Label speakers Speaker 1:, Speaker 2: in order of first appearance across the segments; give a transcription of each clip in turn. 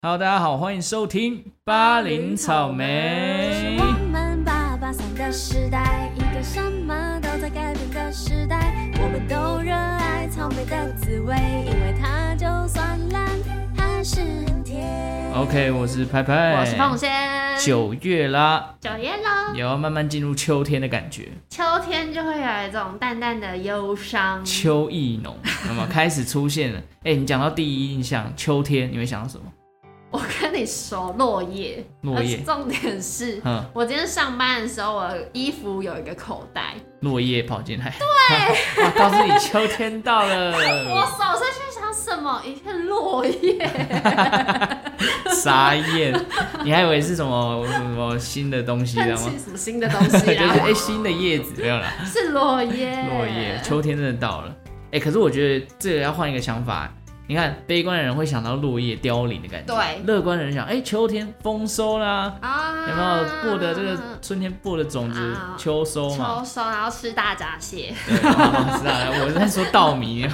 Speaker 1: Hello，大家好，欢迎收听巴林草莓
Speaker 2: 是。我们八八三的时代，一个什么都在改变的时代。我们都热爱草莓的滋味，因为它就算烂，还是很甜。
Speaker 1: OK，我是派派，
Speaker 3: 我是凤仙。
Speaker 1: 九月啦，
Speaker 3: 九月喽，
Speaker 1: 也要慢慢进入秋天的感觉，
Speaker 3: 秋天就会有一种淡淡的忧伤。
Speaker 1: 秋意浓， 那么开始出现了。哎、你讲到第一印象，秋天，你会想到什么？
Speaker 3: 我跟你说，落叶，
Speaker 1: 落叶
Speaker 3: 而且重点是，
Speaker 1: 嗯，
Speaker 3: 我今天上班的时候，我衣服有一个口袋，
Speaker 1: 落叶跑进来， 对，告诉你秋天到
Speaker 3: 我
Speaker 1: 了，
Speaker 3: 手上去想什么？一片落叶，
Speaker 1: 傻眼，你还以为是什么什么新的东西，知道吗
Speaker 3: 是？什么新的东西
Speaker 1: 对， 就是哎、
Speaker 3: 啦？
Speaker 1: 新的叶子没有啦。
Speaker 3: 是落叶，
Speaker 1: 落叶，秋天真的到了。哎、可是我觉得这个要换一个想法。你看，悲观的人会想到落叶凋零的感觉，
Speaker 3: 对
Speaker 1: 乐观的人想，哎、秋天丰收啦，
Speaker 3: 啊，
Speaker 1: 有没有播的这个春天播的种子
Speaker 3: 嗯啊
Speaker 1: 秋收嘛
Speaker 3: 秋？收，然后吃大闸蟹？
Speaker 1: 对，好是啊，我在说稻米。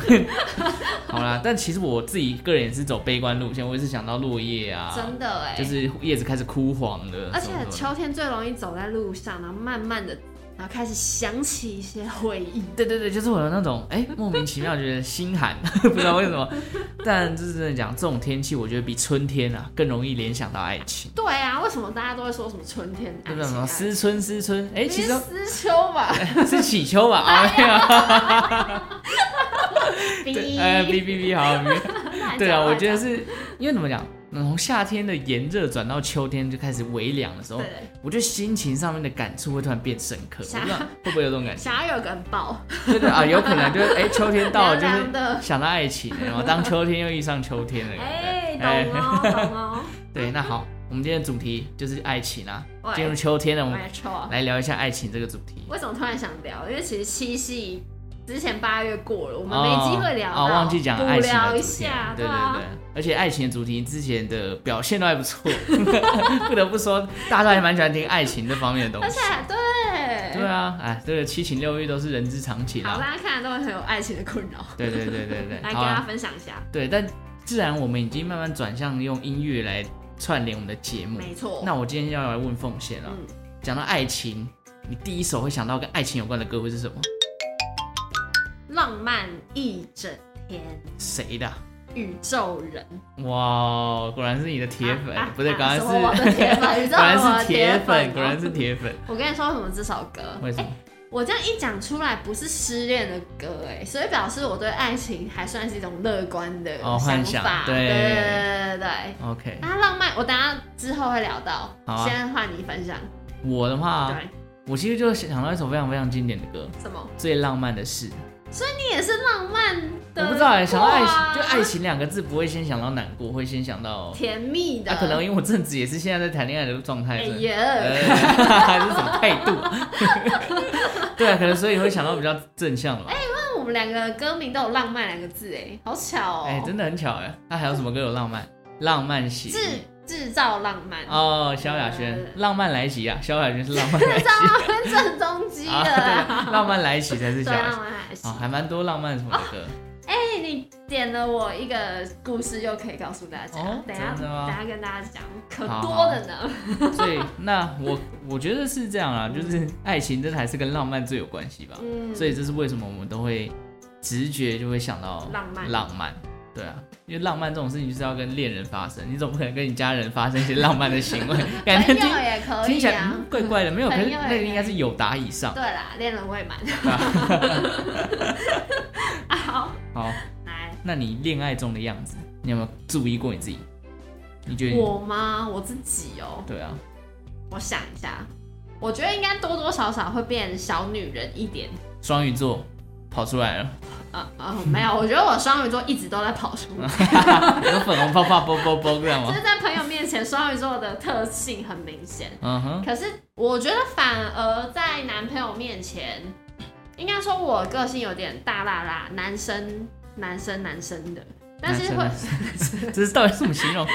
Speaker 1: 好啦，但其实我自己个人也是走悲观路线，我也是想到落叶啊，
Speaker 3: 真的哎，
Speaker 1: 就是叶子开始枯黄了，
Speaker 3: 而且
Speaker 1: 什么什么的
Speaker 3: 秋天最容易走在路上，然后慢慢的，然后开始想起一些回忆。
Speaker 1: 对对对，就是我有那种哎、莫名其妙觉得心寒， 不知道为什么。但就是真的讲，这种天气我觉得比春天啊更容易联想到爱情，
Speaker 3: 对啊，为什么大家都会说什么春天爱
Speaker 1: 对不
Speaker 3: 情啊
Speaker 1: 对？什么
Speaker 3: 爱情？
Speaker 1: 思春思春，哎、
Speaker 3: 你
Speaker 1: 其
Speaker 3: 是
Speaker 1: 实
Speaker 3: 思秋吧？
Speaker 1: 是起秋 吧？啊，
Speaker 3: 哎
Speaker 1: 没有， 对，哎，
Speaker 3: 比
Speaker 1: 哔哔哔，好，哔对啊，我觉得是因为怎么讲，嗯从夏天的炎热转到秋天就开始微凉的时候，
Speaker 3: 对，
Speaker 1: 我觉得心情上面的感触会突然变深刻，我
Speaker 3: 想
Speaker 1: 不知道会不会有这种感觉？
Speaker 3: 想要有个人抱，
Speaker 1: 对对啊，有可能就是哎、秋天到了就
Speaker 3: 凉凉的
Speaker 1: 是想到爱情，然后当秋天又遇上秋天了，
Speaker 3: 哎，
Speaker 1: 对不对哎
Speaker 3: 懂哦，懂 哦，
Speaker 1: 对，那好，我们今天的主题就是爱情啊。
Speaker 3: 喂
Speaker 1: 进入秋天了，我们
Speaker 3: 没错。
Speaker 1: 来聊一下爱情这个主题。
Speaker 3: 为什么突然想聊？因为其实七夕之前八月过了，我们没机会聊到，
Speaker 1: 哦，忘记讲
Speaker 3: 补
Speaker 1: 爱情
Speaker 3: 聊
Speaker 1: 的
Speaker 3: 一
Speaker 1: 主题
Speaker 3: 下
Speaker 1: 了，，对
Speaker 3: 啊
Speaker 1: 对对。而且爱情的主题之前的表现都还不错， 不得不说，大家都还蛮喜欢听爱情这方面的东
Speaker 3: 而
Speaker 1: 西
Speaker 3: 且。对
Speaker 1: 对啊，哎，这个七情六欲都是人之常情
Speaker 3: 好，
Speaker 1: 啊。
Speaker 3: 大家看来都会很有爱情的困扰，
Speaker 1: 对对对对对，
Speaker 3: 来跟
Speaker 1: 好
Speaker 3: 大家
Speaker 1: 啊，
Speaker 3: 分享一下。
Speaker 1: 对，但自然我们已经慢慢转向用音乐来串联我们的节目。
Speaker 3: 没错，
Speaker 1: 嗯那我今天要来问凤仙了，
Speaker 3: 嗯，
Speaker 1: 讲到爱情，你第一首会想到跟爱情有关的歌会是什么？
Speaker 3: 浪漫一整天，
Speaker 1: 谁的啊？
Speaker 3: 宇宙人，
Speaker 1: 哇，果然是你的铁粉，
Speaker 3: 啊啊
Speaker 1: 不对，
Speaker 3: 啊
Speaker 1: 果然
Speaker 3: 什么我
Speaker 1: 是，
Speaker 3: 的 铁粉，宇宙
Speaker 1: 果然
Speaker 3: 人我
Speaker 1: 是
Speaker 3: 的铁
Speaker 1: 粉，
Speaker 3: 粉，
Speaker 1: 果然是。铁粉。
Speaker 3: 我跟你说为什么这首歌？
Speaker 1: 为什么
Speaker 3: 哎？我这样一讲出来，不是失恋的歌哎，所以表示我对爱情还算是一种乐观的
Speaker 1: 哦幻想
Speaker 3: 法。
Speaker 1: 对
Speaker 3: 对对对对对。
Speaker 1: OK，
Speaker 3: 那浪漫，我等下之后会聊到，
Speaker 1: 好啊
Speaker 3: 先换你分享。
Speaker 1: 我的话，
Speaker 3: 对，
Speaker 1: 我其实就想到一首非常非常经典的歌，
Speaker 3: 什么？
Speaker 1: 《最浪漫的事》。
Speaker 3: 你也是浪漫的，
Speaker 1: 我不知道哎，想到爱情，就爱
Speaker 3: 情，
Speaker 1: 情两个字，不会先 想到难过，会先想到，
Speaker 3: 甜蜜的。
Speaker 1: 啊，可能因为我正值也是现在在谈恋爱的状态，
Speaker 3: 哎
Speaker 1: 所以
Speaker 3: 呀，
Speaker 1: 呃还是什么态度？ 对啊，可能所以会想到比较正向吧。
Speaker 3: 那我们两个歌名都有“浪漫”两个字，哎，好巧哦。
Speaker 1: 哎，真的很巧哎，那还有什么歌有浪漫？浪漫喜
Speaker 3: 制制造浪漫，
Speaker 1: 哦，萧亚轩
Speaker 3: 对
Speaker 1: 《浪漫来袭》啊，萧亚轩是《 浪漫来袭》
Speaker 3: 跟郑中基的
Speaker 1: 啊，
Speaker 3: 啦，
Speaker 1: 对，《浪漫来袭》才是
Speaker 3: 对，啊
Speaker 1: 萧亚轩
Speaker 3: 浪。漫还行
Speaker 1: 哦，。还蛮多浪漫什么的歌，
Speaker 3: 哎，你点了我一个故事，又可以告诉大家
Speaker 1: 哦，
Speaker 3: 等下
Speaker 1: 真
Speaker 3: 等
Speaker 1: 的吗
Speaker 3: 下跟大家讲，可
Speaker 1: 好
Speaker 3: 多的呢。
Speaker 1: 所以那我我觉得是这样啊，就是爱情真的还是跟浪漫最有关系吧，
Speaker 3: 嗯，
Speaker 1: 所以这是为什么我们都会直觉就会想到
Speaker 3: 浪漫
Speaker 1: 浪漫，对啊，因为浪漫这种事情就是要跟恋人发生，你总不可能跟你家人发生一些浪漫的行为，感觉
Speaker 3: 朋
Speaker 1: 听
Speaker 3: 友也可
Speaker 1: 听
Speaker 3: 以
Speaker 1: 起来
Speaker 3: 啊。
Speaker 1: 嗯怪怪的， 没有，可是
Speaker 3: 朋友也
Speaker 1: 那个应该
Speaker 3: 可
Speaker 1: 是有达以上
Speaker 3: 对。啦，恋人未满。好，
Speaker 1: 好，
Speaker 3: 来
Speaker 1: 那你恋爱中的样子，你有没有注意过你自己？你觉得你
Speaker 3: 我吗？我自己哦，
Speaker 1: 对啊，
Speaker 3: 我想一下，我觉得应该多多少少会变小女人一点。
Speaker 1: 双鱼座跑出来了，
Speaker 3: 啊啊，没有，我觉得我双鱼座一直都在跑出来，
Speaker 1: 有粉红泡泡啵啵啵这样
Speaker 3: 就
Speaker 1: 吗？
Speaker 3: 是在朋友面前，双鱼座的特性很明显。
Speaker 1: 嗯哼，
Speaker 3: 可是我觉得反而在男朋友面前，应该说我个性有点大辣辣，男生男生男生的，但是会
Speaker 1: 男这是到 底怎么形容？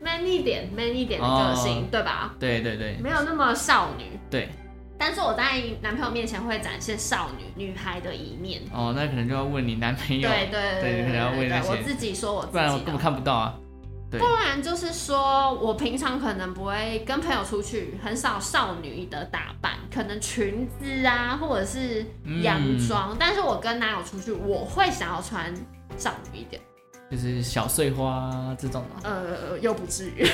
Speaker 3: man 一点 man 一点的
Speaker 1: 哦
Speaker 3: 个性，对吧？
Speaker 1: 对对对
Speaker 3: 没有那么少女，
Speaker 1: 对，
Speaker 3: 但是我在男朋友面前会展现少女女孩的一面。
Speaker 1: 哦，那可能就要问你男朋友，
Speaker 3: 对
Speaker 1: 对
Speaker 3: 对对
Speaker 1: 你可能要
Speaker 3: 对
Speaker 1: 问那
Speaker 3: 对，
Speaker 1: 些
Speaker 3: 我自己说我自
Speaker 1: 不然我
Speaker 3: 己
Speaker 1: 根
Speaker 3: 的
Speaker 1: 本看不到啊。对
Speaker 3: 不然就是说我平常可能不会跟朋友出去，很少少女的打扮，可能裙子啊或者是洋装，
Speaker 1: 嗯
Speaker 3: 但是我跟男友出去，我会想要穿少女一点，
Speaker 1: 就是小碎花这种啊嘛。
Speaker 3: 呃，又不 至于，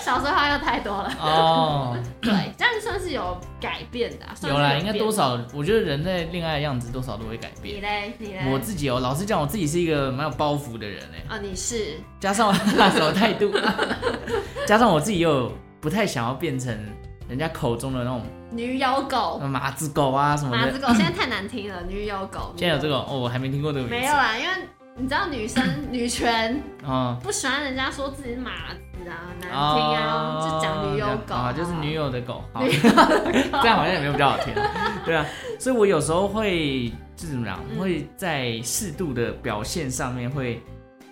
Speaker 3: 小时候又太 多了，
Speaker 1: 哦，
Speaker 3: 对，这样算是有改变的啊、算
Speaker 1: 有
Speaker 3: 是
Speaker 1: 啦，
Speaker 3: 有
Speaker 1: 应该
Speaker 3: 变
Speaker 1: 多少，我觉得人在恋爱的样子多少都会改
Speaker 3: 你
Speaker 1: 变。
Speaker 3: 嘞，你嘞，
Speaker 1: 我自己哦，老实讲，我自己是一个蛮有包袱的人哎，
Speaker 3: 啊，你是
Speaker 1: 加上我那时候态 度，加上我自己又不太想要变成人家口中的那种
Speaker 3: 女友狗，
Speaker 1: 马子狗啊什么
Speaker 3: 马
Speaker 1: 的
Speaker 3: 子。狗现在太难听了，女友狗，
Speaker 1: 现在有这
Speaker 3: 个
Speaker 1: 个哦，我还没听过这个名字。
Speaker 3: 没有啦，因为你知道女生女权
Speaker 1: 哦
Speaker 3: 不喜欢人家说自己是马子啊，难听啊，就讲女友狗
Speaker 1: 哦啊，就是女友的狗，好
Speaker 3: 女
Speaker 1: 这样好像也没有比较好听，对啊，所以我有时候会就是怎么样，
Speaker 3: 嗯
Speaker 1: 会在适度的表现上面会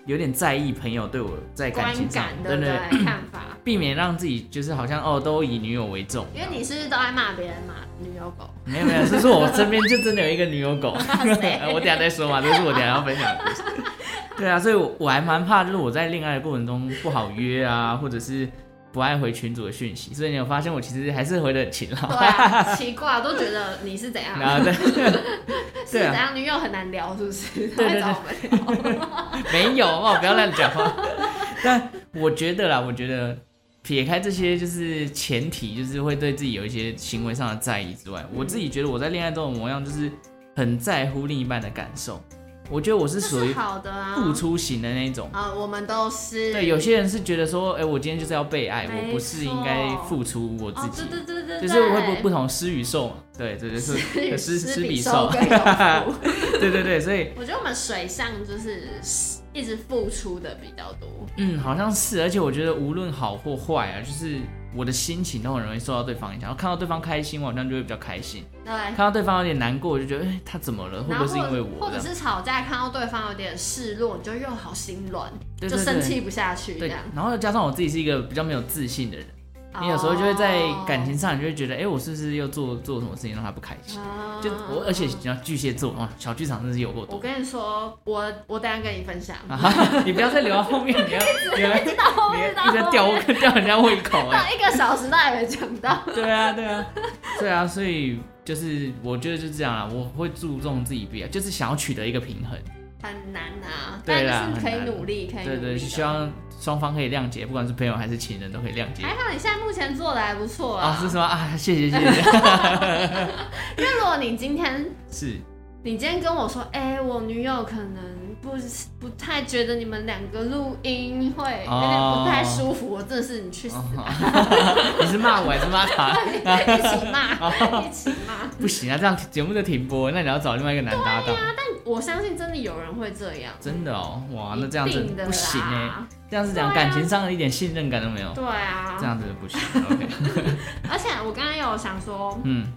Speaker 1: 有点在意朋友对我在感
Speaker 3: 观
Speaker 1: 情上，
Speaker 3: 感，对
Speaker 1: 真
Speaker 3: 不
Speaker 1: 的
Speaker 3: 对？看法，
Speaker 1: 避免让自己就是好像哦都以女友为重，
Speaker 3: 因为你是不是都爱骂别人骂女友 狗，
Speaker 1: 没有没有，是说我身边就真的有一个女友 狗，
Speaker 3: 谁
Speaker 1: 我等一下再说嘛，这是我等一下要分享的 故事。对啊，所以我我还蛮怕，就是我在恋爱的过程中不好约啊，或者是不爱回群主的讯息，所以你有发现我其实还是回的很勤劳。
Speaker 3: 对啊，奇怪，我都觉得你 是怎 样，
Speaker 1: 然后对，
Speaker 3: 是
Speaker 1: 对
Speaker 3: 怎
Speaker 1: 啊
Speaker 3: 样，女友很难聊，是不是？
Speaker 1: 对对
Speaker 3: 她会 找我们聊
Speaker 1: 没有哦，不要乱讲话。 但我觉得啦，我觉得撇开这些就是前提，就是会对自己有一些行为上的在意之外，嗯我自己觉得我在恋爱中的模样就是很在乎另一半的感受。我觉得我是
Speaker 3: 这
Speaker 1: 属
Speaker 3: 是
Speaker 1: 于
Speaker 3: 好的啊，
Speaker 1: 付出型的那一种。
Speaker 3: 啊，我们都是
Speaker 1: 对，有些人是觉得说，哎、我今天就是要被爱，
Speaker 3: 没
Speaker 1: 我不是应该付出我自
Speaker 3: 哦，
Speaker 1: 己
Speaker 3: 对，对对对，
Speaker 1: 就是会不不同施与受嘛。对，这就是
Speaker 3: 是
Speaker 1: 施
Speaker 3: 施
Speaker 1: 比
Speaker 3: 比
Speaker 1: 受
Speaker 3: 受。更有福。
Speaker 1: 对对对，所以
Speaker 3: 我觉得我们水象就是一直付出的比较多，
Speaker 1: 嗯，好像是，而且我觉得无论好或坏啊，就是我的心情都很容易受到对方影响。看到对方开心，我好像就会比较开心；
Speaker 3: 对。
Speaker 1: 看到对方有点难过，我就觉得，哎、他怎么了？会
Speaker 3: 哎
Speaker 1: 不会
Speaker 3: 然后
Speaker 1: 是因为
Speaker 3: 或
Speaker 1: 我这
Speaker 3: 者
Speaker 1: 样？
Speaker 3: 是吵架，看到对方有点示弱，你就又好心软，
Speaker 1: 对
Speaker 3: 就
Speaker 1: 对
Speaker 3: 生
Speaker 1: 对。
Speaker 3: 气不下去这
Speaker 1: 对
Speaker 3: 样。，哦
Speaker 1: 然后加上我自己是一个比较没有自信的人，你有时候就会在感情上，你就会觉得，哎、我是不是又做做什么事情让他不开心？
Speaker 3: 哦，
Speaker 1: 就
Speaker 3: 啊
Speaker 1: 我，而且你知道巨蟹座哦，小剧场真是有够
Speaker 3: 我
Speaker 1: 多。
Speaker 3: 跟你说，我我等一下跟你分享，
Speaker 1: 啊！ 你不要再留到后面，你要你要你
Speaker 3: 到后面到
Speaker 1: 要一直在吊
Speaker 3: 后面
Speaker 1: 吊人家胃口哎、
Speaker 3: 到一个小时都还没讲到。
Speaker 1: 对啊，对啊， 对啊，所以就是我觉得就是这样啦，我会注重自己比较，就是想要取得一个平衡。
Speaker 3: 很难啊，
Speaker 1: 对啦
Speaker 3: 但就是可以
Speaker 1: 很难
Speaker 3: 努力，可以努
Speaker 1: 对
Speaker 3: 力
Speaker 1: 对，
Speaker 3: 的
Speaker 1: 希望双方可以谅解，不管是朋友还是情人都可以谅解。
Speaker 3: 还好你现在目前做的还不错
Speaker 1: 啊，
Speaker 3: 啊
Speaker 1: 是。什么啊？谢谢谢 谢，
Speaker 3: 因为如果你今天
Speaker 1: 是
Speaker 3: 你今天跟我说，哎、我女友可能不不太觉得你们两个录音会有点
Speaker 1: 哦
Speaker 3: 不太舒服，我真的是你去死，
Speaker 1: 你是骂我还是骂他？
Speaker 3: 一起
Speaker 1: 哦
Speaker 3: 骂，一起骂。
Speaker 1: 不行啊，这样节目就停播，那你要找另外一个男搭档。
Speaker 3: 我相信真的有人会这样，
Speaker 1: 真的哦，哇，那这样
Speaker 3: 一
Speaker 1: 子
Speaker 3: 定的啦
Speaker 1: 不行哎、这样子
Speaker 3: 对
Speaker 1: 讲
Speaker 3: 啊
Speaker 1: 感情上一点信任感都没有，
Speaker 3: 对啊
Speaker 1: 这，样子不行。OK，
Speaker 3: 而且我刚刚有想说，
Speaker 1: 嗯，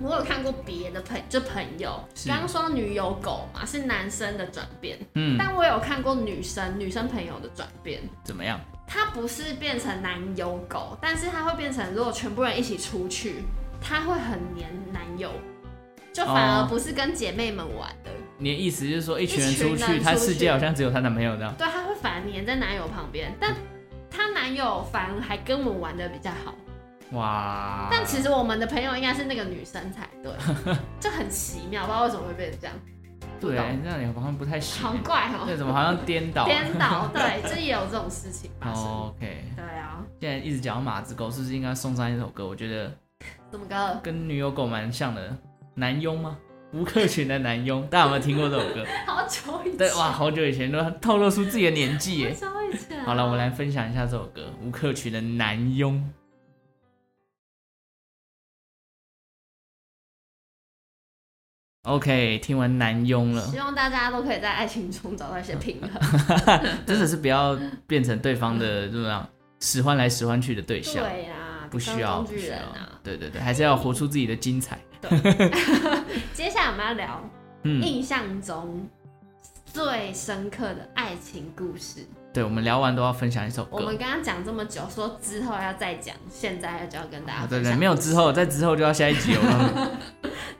Speaker 3: 我有看过别的朋就朋友，
Speaker 1: 是
Speaker 3: 刚刚说女友狗嘛是男生的转变，
Speaker 1: 嗯，
Speaker 3: 但我有看过女生女生朋友的转变，
Speaker 1: 怎么样？
Speaker 3: 他不是变成男友狗，但是他会变成如果全部人一起出去，他会很黏男友，就反而
Speaker 1: 哦
Speaker 3: 不是跟姐妹们玩的，
Speaker 1: 你的意思就是说，一群人
Speaker 3: 一群
Speaker 1: 出
Speaker 3: 人
Speaker 1: 去，她
Speaker 3: 出
Speaker 1: 世界
Speaker 3: 去
Speaker 1: 好像只有她男朋友这样。
Speaker 3: 对，他会反而黏在男友旁边，但她男友反而还跟我们玩的比较好。
Speaker 1: 哇！
Speaker 3: 但其实我们的朋友应该是那个女生才对， 就很奇妙，不知道为什么会变成这样，不
Speaker 1: 对
Speaker 3: 懂，，
Speaker 1: 那你好像不太行
Speaker 3: 好
Speaker 1: 欸。
Speaker 3: 怪哦、
Speaker 1: 对，怎么好像颠倒？
Speaker 3: 颠 倒，对，这也有这种事情发生。
Speaker 1: 哦 OK，
Speaker 3: 对啊，
Speaker 1: 现在一直讲到马子狗，是不是应该送上一首歌？我觉得
Speaker 3: 怎么个？
Speaker 1: 跟女友狗蛮像的，男佣吗？吴克群的男佣，大家有没有听过这 首歌？
Speaker 3: 好久以前，
Speaker 1: 对，哇，好久以前都透露出自己的年纪耶
Speaker 3: 好。久以前。啊
Speaker 1: 好了，我们来分享一下这首歌，吴克群的《男佣》。OK，听完《男佣》了，
Speaker 3: 希望大家都可以在爱情中找到一些平 衡。
Speaker 1: 真的是不要变成对方的这种使唤来使唤去的对象，
Speaker 3: 嗯对啊呀、
Speaker 1: 不需要，
Speaker 3: 当
Speaker 1: 不
Speaker 3: 工具
Speaker 1: 需
Speaker 3: 人
Speaker 1: 要
Speaker 3: 啊。。
Speaker 1: 对对对，还是要活出自己的精彩。
Speaker 3: 接下来我们要聊
Speaker 1: 嗯，
Speaker 3: 印象中最深刻的爱情故事。
Speaker 1: 对，我们聊完都要分享一首
Speaker 3: 我们
Speaker 1: 歌。
Speaker 3: 刚刚讲这么久，说之后要再讲，现在就要跟大家
Speaker 1: 对
Speaker 3: 分
Speaker 1: 对，
Speaker 3: 享。
Speaker 1: 没有之后，在之后就要下一集了。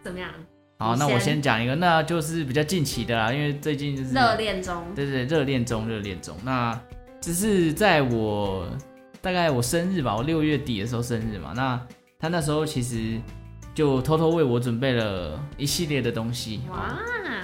Speaker 3: 怎么样？
Speaker 1: 哦好，那我
Speaker 3: 你
Speaker 1: 先讲一个，那就是比较近期的啦，因为最近就是
Speaker 3: 热恋中，
Speaker 1: 对对，对热恋中，热恋中。那只是在我大概我生日吧，我六月底的时候生日嘛。那他那时候其实就偷偷为我准备了一系列的东西，
Speaker 3: 哇，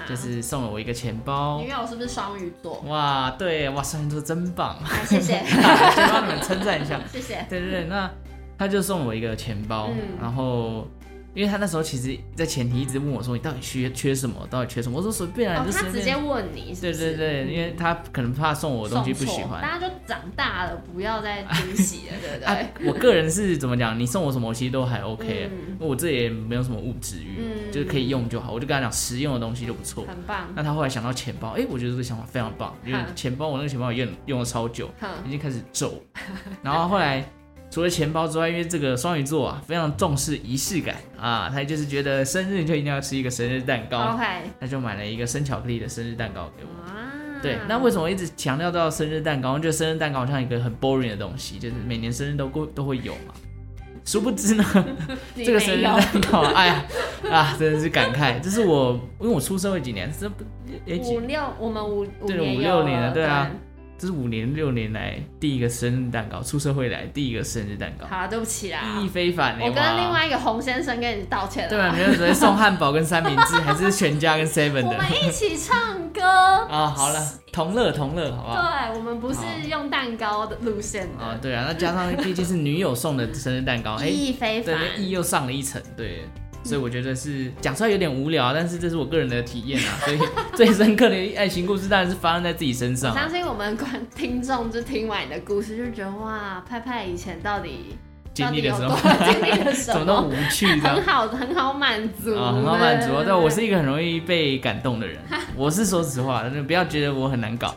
Speaker 1: 就是送了我一个钱包
Speaker 3: 女。友是不是双鱼座？
Speaker 1: 哇，对，哇，双鱼座真棒，
Speaker 3: 哎，谢 谢，
Speaker 1: 先帮你们称赞一下。
Speaker 3: 谢谢。
Speaker 1: 对对对，那他就送我一个钱包，
Speaker 3: 嗯
Speaker 1: 然后。因为他那时候其实，在前提一直问我说：“你到底缺缺什么？到底缺什么？”我说：“随便啊，
Speaker 3: 哦
Speaker 1: 你，就随
Speaker 3: 他
Speaker 1: 便。
Speaker 3: 直接问你是
Speaker 1: 对
Speaker 3: 不是，
Speaker 1: 对对，因为他可能怕送我的东西不喜
Speaker 3: 送错
Speaker 1: 欢。
Speaker 3: 大家就长大了，不要再惊喜了，对不
Speaker 1: 啊
Speaker 3: 对？，
Speaker 1: 我个人是怎么讲？你送我什么，我其实都还 OK，、
Speaker 3: 嗯
Speaker 1: 我这也没有什么物质欲，
Speaker 3: 嗯
Speaker 1: 就是可以用就好。我就跟他讲，实用的东西就不错。
Speaker 3: 很棒，
Speaker 1: 那他后来想到钱包，哎、我觉得这个想法非常棒，因为
Speaker 3: 嗯
Speaker 1: 钱包我那个钱包也用用了超久，
Speaker 3: 哼，
Speaker 1: 已经开始皱。然后后来除了钱包之外，因为这个双鱼座啊非常重视仪式感啊，他就是觉得生日就一定要吃一个生日蛋糕，
Speaker 3: OK，
Speaker 1: 他就买了一个生巧克力的生日蛋糕给我。
Speaker 3: 哇，
Speaker 1: 对，那为什么我一直强调到生日蛋糕？我觉得生日蛋糕好像一个很 boring 的东西，就是每年生日都过都会有嘛。殊不知呢，
Speaker 3: 你
Speaker 1: 这个生日
Speaker 3: 没有
Speaker 1: 蛋糕，哎呀啊，真的是感慨。这是我因为我出社会几年，这不哎几
Speaker 3: 五，六，我们五五
Speaker 1: 对
Speaker 3: 年
Speaker 1: 五
Speaker 3: 有
Speaker 1: 六年了对啊
Speaker 3: 对
Speaker 1: 这是五年六年来第一个生日蛋糕，出社会来第一个生日蛋糕，
Speaker 3: 好啊，对不起啦，
Speaker 1: 意义非凡哎、
Speaker 3: 我
Speaker 1: 哇
Speaker 3: 跟另外一个洪先生跟你道歉
Speaker 1: 对
Speaker 3: 了
Speaker 1: 啊，。你们只会送汉堡跟三明治，还是全家跟 seven
Speaker 3: 我
Speaker 1: 的
Speaker 3: 们一起唱歌，
Speaker 1: 啊？好了，同乐同乐， 好不好？
Speaker 3: 对我们不是
Speaker 1: 好
Speaker 3: 用蛋糕的路线
Speaker 1: 啊，
Speaker 3: 的，
Speaker 1: 对啊，那加上毕竟是女友送的生日蛋糕，哎、
Speaker 3: 意义非
Speaker 1: 对
Speaker 3: 凡，，
Speaker 1: 那意又上了一层，对，所以我觉得是讲出来有点无聊啊，但是这是我个人的体验啊， 所以最深刻的爱情故事当然是发生在自己身上
Speaker 3: 我
Speaker 1: 啊、
Speaker 3: 相信我们观听众就听完你的故事，就觉得哇，派派以前到底
Speaker 1: 经历的时候
Speaker 3: 到底有多 经历了什
Speaker 1: 怎么都无趣这样
Speaker 3: 很。好，很好满足，
Speaker 1: 啊、很好满足哦。
Speaker 3: 对
Speaker 1: 对，我是一个很容易被感动的人，我是说实话，的，不要觉得我很难 搞。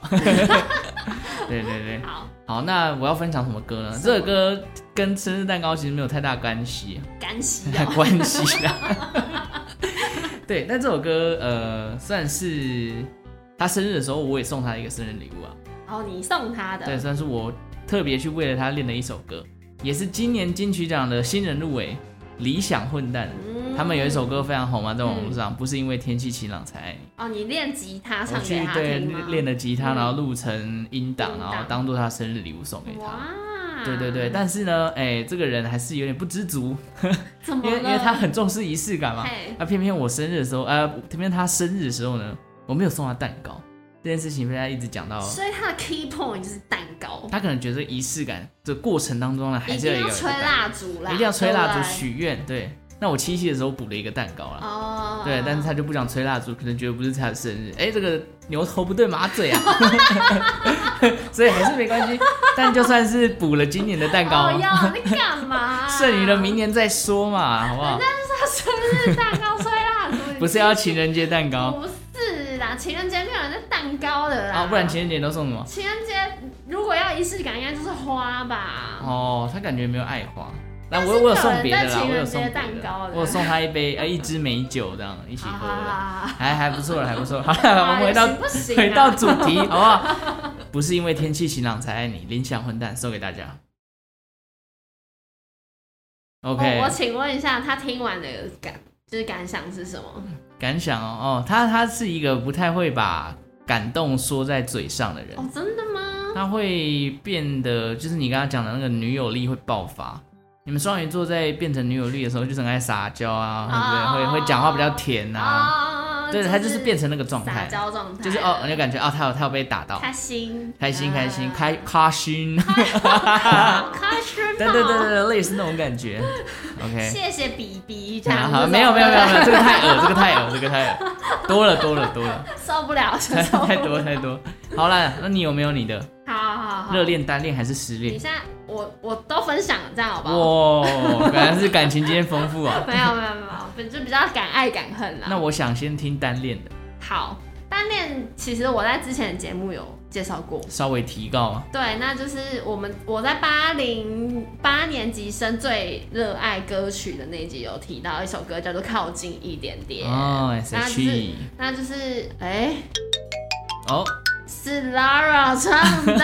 Speaker 1: 对对对，
Speaker 3: 好
Speaker 1: 好，那我要分享什么歌呢？这首歌跟生日蛋糕其实没有太大关系，
Speaker 3: 干洗
Speaker 1: 太
Speaker 3: 哦，
Speaker 1: 关系啦。对，但这首歌呃，算是他生日的时候，我也送他一个生日礼物啊。
Speaker 3: 哦，你送他
Speaker 1: 对，
Speaker 3: 的，
Speaker 1: 算是我特别去为了他练的一首歌，也是今年金曲奖的新人入围《理想混蛋》。
Speaker 3: 嗯
Speaker 1: 他们有一首歌非常红嘛，在网络上，不是因为天气晴朗才爱你。
Speaker 3: 哦，你练吉他
Speaker 1: 我
Speaker 3: 唱
Speaker 1: 去
Speaker 3: 给他
Speaker 1: 对
Speaker 3: 听吗？
Speaker 1: 练了吉他，
Speaker 3: 嗯
Speaker 1: 然后录成音档，
Speaker 3: 音
Speaker 1: 然
Speaker 3: 档
Speaker 1: 后当做他生日礼物送给他。
Speaker 3: 哇，
Speaker 1: 对对对，但是呢，哎，这个人还是有点不知足，
Speaker 3: 怎么
Speaker 1: 因为因为
Speaker 3: 了
Speaker 1: 他很重视仪式感嘛。
Speaker 3: 嘿
Speaker 1: 那偏偏我生日的时候，呃，偏偏他生日的时候呢，我没有送他蛋糕，这件事情被他一直讲到，
Speaker 3: 所以他的 key point 就是蛋糕，
Speaker 1: 他可能觉得仪式感的过程当中呢，还
Speaker 3: 一
Speaker 1: 是要
Speaker 3: 定
Speaker 1: 有一
Speaker 3: 要
Speaker 1: 个
Speaker 3: 吹
Speaker 1: 蛋
Speaker 3: 蜡烛啦，
Speaker 1: 一定要吹蜡烛
Speaker 3: 对不对
Speaker 1: 许愿。对，啊那我七夕的时候补了一个蛋糕啦。
Speaker 3: 哦，
Speaker 1: 对，但是他就不想吹蜡烛，可能觉得不是他的生日。哎，这个牛头不对马嘴啊， 所以还是没关系。但就算是补了今年的蛋糕？
Speaker 3: 哦，要啊你干嘛
Speaker 1: 剩余的明年再说嘛，好不好？
Speaker 3: 他生日蛋糕吹蜡 烛，
Speaker 1: 不是要情人节蛋糕
Speaker 3: 不是啦，情人节没有人在蛋糕的啦，
Speaker 1: 啊，不然情人节都送什么？
Speaker 3: 情人节如果要仪式感，应该就是花吧。
Speaker 1: 哦，他感觉没有爱花。那
Speaker 3: 但
Speaker 1: 我
Speaker 3: 啊是
Speaker 1: 我有
Speaker 3: 有
Speaker 1: 送
Speaker 3: 人
Speaker 1: 别的
Speaker 3: 在
Speaker 1: 啦，
Speaker 3: 情
Speaker 1: 我有
Speaker 3: 人
Speaker 1: 送别
Speaker 3: 节蛋糕
Speaker 1: 的，
Speaker 3: 的
Speaker 1: 我有送他一杯呃一支美酒这样一起
Speaker 3: 好
Speaker 1: 喝
Speaker 3: 好
Speaker 1: 的啦，
Speaker 3: 好
Speaker 1: 还还不错了，还不错。 好
Speaker 3: 好
Speaker 1: 了，我们回到
Speaker 3: 哎不行啊
Speaker 1: 回到主 题好不好？不是因为天气晴朗才爱你，林想混蛋送给大家。OK，
Speaker 3: 哦我我请问一下，他听完的感就是感想是什么？
Speaker 1: 感想哦哦，他他是一个不太会把感动说在嘴上的人，
Speaker 3: 哦，真的吗？
Speaker 1: 他会变得就是你刚刚讲的那个女友力会爆发。你们双鱼座在变成女友力的时候，就是很爱撒娇啊，
Speaker 3: 哦
Speaker 1: 会不对？会会讲话比较甜啊，
Speaker 3: 啊
Speaker 1: 对，他就是变成那个状
Speaker 3: 撒
Speaker 1: 态，
Speaker 3: 娇状态，
Speaker 1: 就是哦，你就感觉哦，他有他有被打到，
Speaker 3: 开心，
Speaker 1: 开心开心
Speaker 3: 啊
Speaker 1: 开开心，
Speaker 3: 好 开心哦，
Speaker 1: 对对对对对，类似那种感觉。OK，
Speaker 3: 谢谢 B B，这
Speaker 1: 好
Speaker 3: 样
Speaker 1: 好，
Speaker 3: 子
Speaker 1: 没有没有没有没有，这个太恶，这个太恶，这个太恶，多了多了多了，
Speaker 3: 受不了，受
Speaker 1: 太
Speaker 3: 不
Speaker 1: 太多
Speaker 3: 了
Speaker 1: 太多。好啦，那你有没有你的
Speaker 3: 好好好，
Speaker 1: 热。恋、单恋还是失
Speaker 3: 你
Speaker 1: 恋？
Speaker 3: 现在我我都分享了，这样好不好？
Speaker 1: 哇，果然是感情经验丰 富啊。
Speaker 3: 没有没有没有，本就比较敢爱敢恨啦。
Speaker 1: 那我想先听单恋的，
Speaker 3: 好，单恋其实我在之前的节目有介绍过。
Speaker 1: 稍微提高啊。
Speaker 3: 对，那就是我们我在八零八年级生最热爱歌曲的那一集有提到一首歌叫做《靠近一点点》，
Speaker 1: 哦，S
Speaker 3: 那
Speaker 1: H
Speaker 3: 就是
Speaker 1: E，
Speaker 3: 那就是哎、
Speaker 1: 哦，
Speaker 3: 是 Lara 唱的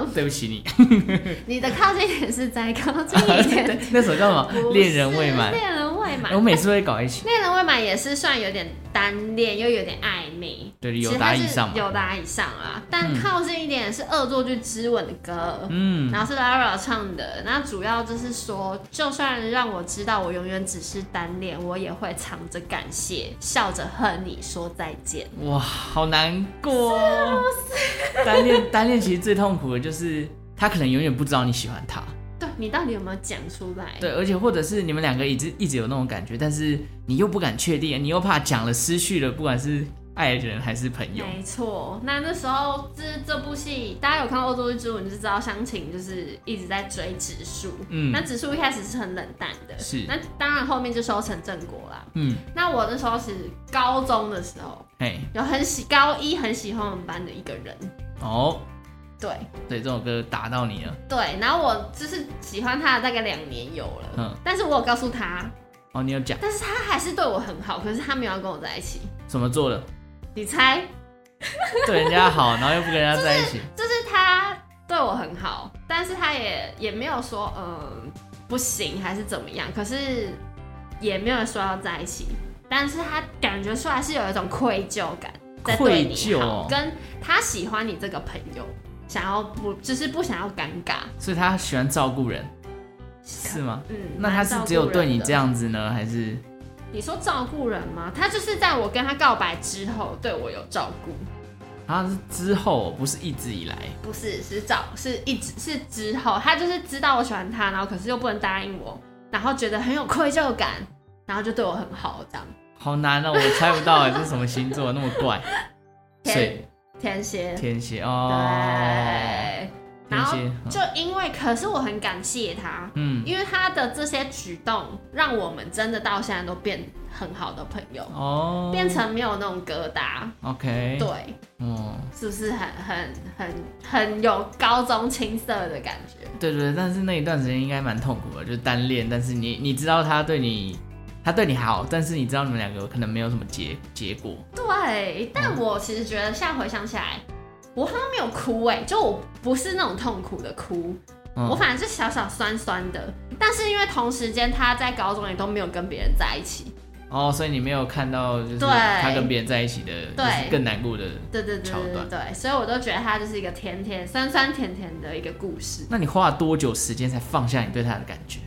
Speaker 1: 我，对不起你。
Speaker 3: 你的靠近一点是在靠近一点
Speaker 1: 对 那首叫什么？
Speaker 3: 不是
Speaker 1: 恋人未满。
Speaker 3: 恋人未未满
Speaker 1: 我，每次都会搞在一起，
Speaker 3: 恋人未满也是算有点单恋又有点暧昧，
Speaker 1: 对，
Speaker 3: 其
Speaker 1: 有
Speaker 3: 实
Speaker 1: 答
Speaker 3: 它
Speaker 1: 以
Speaker 3: 是
Speaker 1: 上嘛，
Speaker 3: 有答以上啊。但
Speaker 1: 嗯
Speaker 3: 靠近一点是《恶作剧之吻》的歌，
Speaker 1: 嗯，
Speaker 3: 然后是 Lara 唱的，那主要就是说，就算让我知道我永远只是单恋，我也会藏着感谢，笑着和你说再见。
Speaker 1: 哇，好难过哦。单恋单恋其实最痛苦的就是他可能永远不知道你喜欢他，
Speaker 3: 对你到底有没有讲出来？
Speaker 1: 对，而且或者是你们两个一直一直有那种感觉，但是你又不敢确定，你又怕讲了失去了，不管是爱人还是朋友，
Speaker 3: 没错，那那时候这这部戏，大家有看过《恶作剧之吻》就知道，湘琴就是一直在追植树。
Speaker 1: 嗯
Speaker 3: 那植树一开始是很冷淡的，
Speaker 1: 是
Speaker 3: 那当然后面就修成正果啦。
Speaker 1: 嗯，
Speaker 3: 那我那时候是高中的时候，
Speaker 1: 嘿，
Speaker 3: 有很喜高一很喜欢我们班的一个人，
Speaker 1: 哦，
Speaker 3: 对
Speaker 1: 对，这首歌打到你了，
Speaker 3: 对，然后我就是喜欢他大概两年有了，
Speaker 1: 嗯
Speaker 3: 但是我有告诉他，
Speaker 1: 哦，你有讲
Speaker 3: 但是他还是对我很好，可是他没有要跟我在一起。
Speaker 1: 什么做了，
Speaker 3: 你猜，
Speaker 1: 对人家好，然后又不跟人家在一 起，
Speaker 3: 就是他对我很好，但是他也也没有说嗯不行还是怎么样，可是也没有说要在一起，但是他感觉出来是有一种愧疚感在对你好，
Speaker 1: 愧疚哦
Speaker 3: 跟他喜欢你这个朋友，想要不就是不想要尴尬，
Speaker 1: 所以他喜欢照顾人，是吗？
Speaker 3: 嗯，
Speaker 1: 那他
Speaker 3: 蛮
Speaker 1: 是
Speaker 3: 照顾
Speaker 1: 只有对你
Speaker 3: 人的
Speaker 1: 这？样子呢，还是
Speaker 3: 你说照顾人吗？他就是在我跟他告白之后对我有照顾，
Speaker 1: 他啊是之后不是一直以来？
Speaker 3: 不是，是早，是一直是之后，他就是知道我喜欢他，然后可是又不能答应我，然后觉得很有愧疚感，然后就对我很好，这样。
Speaker 1: 好难啊，我猜不到哎，这是什么星座那么怪？
Speaker 3: 天
Speaker 1: 水
Speaker 3: 天蝎，
Speaker 1: 天蝎哦，
Speaker 3: 对，然后
Speaker 1: 天蝎
Speaker 3: 就因为，可是我很感谢他，
Speaker 1: 嗯，
Speaker 3: 因为他的这些举动，让我们真的到现在都变很好的朋友，
Speaker 1: 哦，哎
Speaker 3: 变成没有那种疙瘩。
Speaker 1: OK，，
Speaker 3: 对，
Speaker 1: 嗯，
Speaker 3: 是不是很很很很有高中青涩的感觉？
Speaker 1: 对对，对但是那一段时间应该蛮痛苦的，就是单恋，但是你你知道他对你，他对你好，但是你知道你们两个可能没有什么结结果，
Speaker 3: 对，
Speaker 1: 嗯
Speaker 3: 但我其实觉得现在回想起来，我好像没有哭哎、就我不是那种痛苦的哭，
Speaker 1: 嗯
Speaker 3: 我反正是小小酸酸的。但是因为同时间他在高中也都没有跟别人在一起，
Speaker 1: 哦，所以你没有看到就是
Speaker 3: 对
Speaker 1: 他跟别人在一起的，就
Speaker 3: 对
Speaker 1: 是更难过的。
Speaker 3: 对对对
Speaker 1: 桥
Speaker 3: 对
Speaker 1: 段
Speaker 3: 对对，所以我都觉得他就是一个甜甜酸酸甜甜的一个故事。
Speaker 1: 那你花了多久时间才放下你对他的感觉？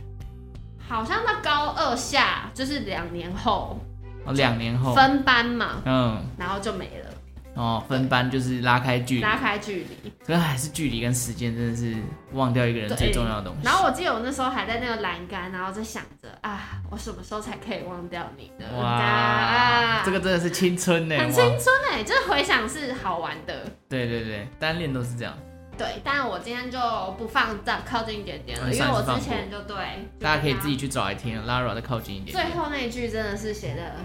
Speaker 3: 好像到高二下，就是两年后
Speaker 1: 哦，两年后，
Speaker 3: 分班嘛，
Speaker 1: 嗯，
Speaker 3: 然后就没了，
Speaker 1: 哦，分班就是拉开距离，
Speaker 3: 拉开距离。
Speaker 1: 可是还是距离跟时间真的是忘掉一个人
Speaker 3: 对
Speaker 1: 最重要的东西。
Speaker 3: 然后我记得我那时候还在那个栏杆，然后在想着啊，我什么时候才可以忘掉你呢？
Speaker 1: 哇
Speaker 3: 啊，
Speaker 1: 这个啊真的是青春呢，
Speaker 3: 很
Speaker 1: 哇
Speaker 3: 青春哎、就是回想是好玩的。
Speaker 1: 对对对，单恋都是这样，
Speaker 3: 对，但我今天就不放再靠近一点点了，
Speaker 1: 嗯
Speaker 3: 因为
Speaker 1: 上一
Speaker 3: 我
Speaker 1: 次放
Speaker 3: 之前就对，就
Speaker 1: 大家可以
Speaker 3: 跟他
Speaker 1: 自己去找来听。Lara 再靠近一点，
Speaker 3: 最后那一句真的是写的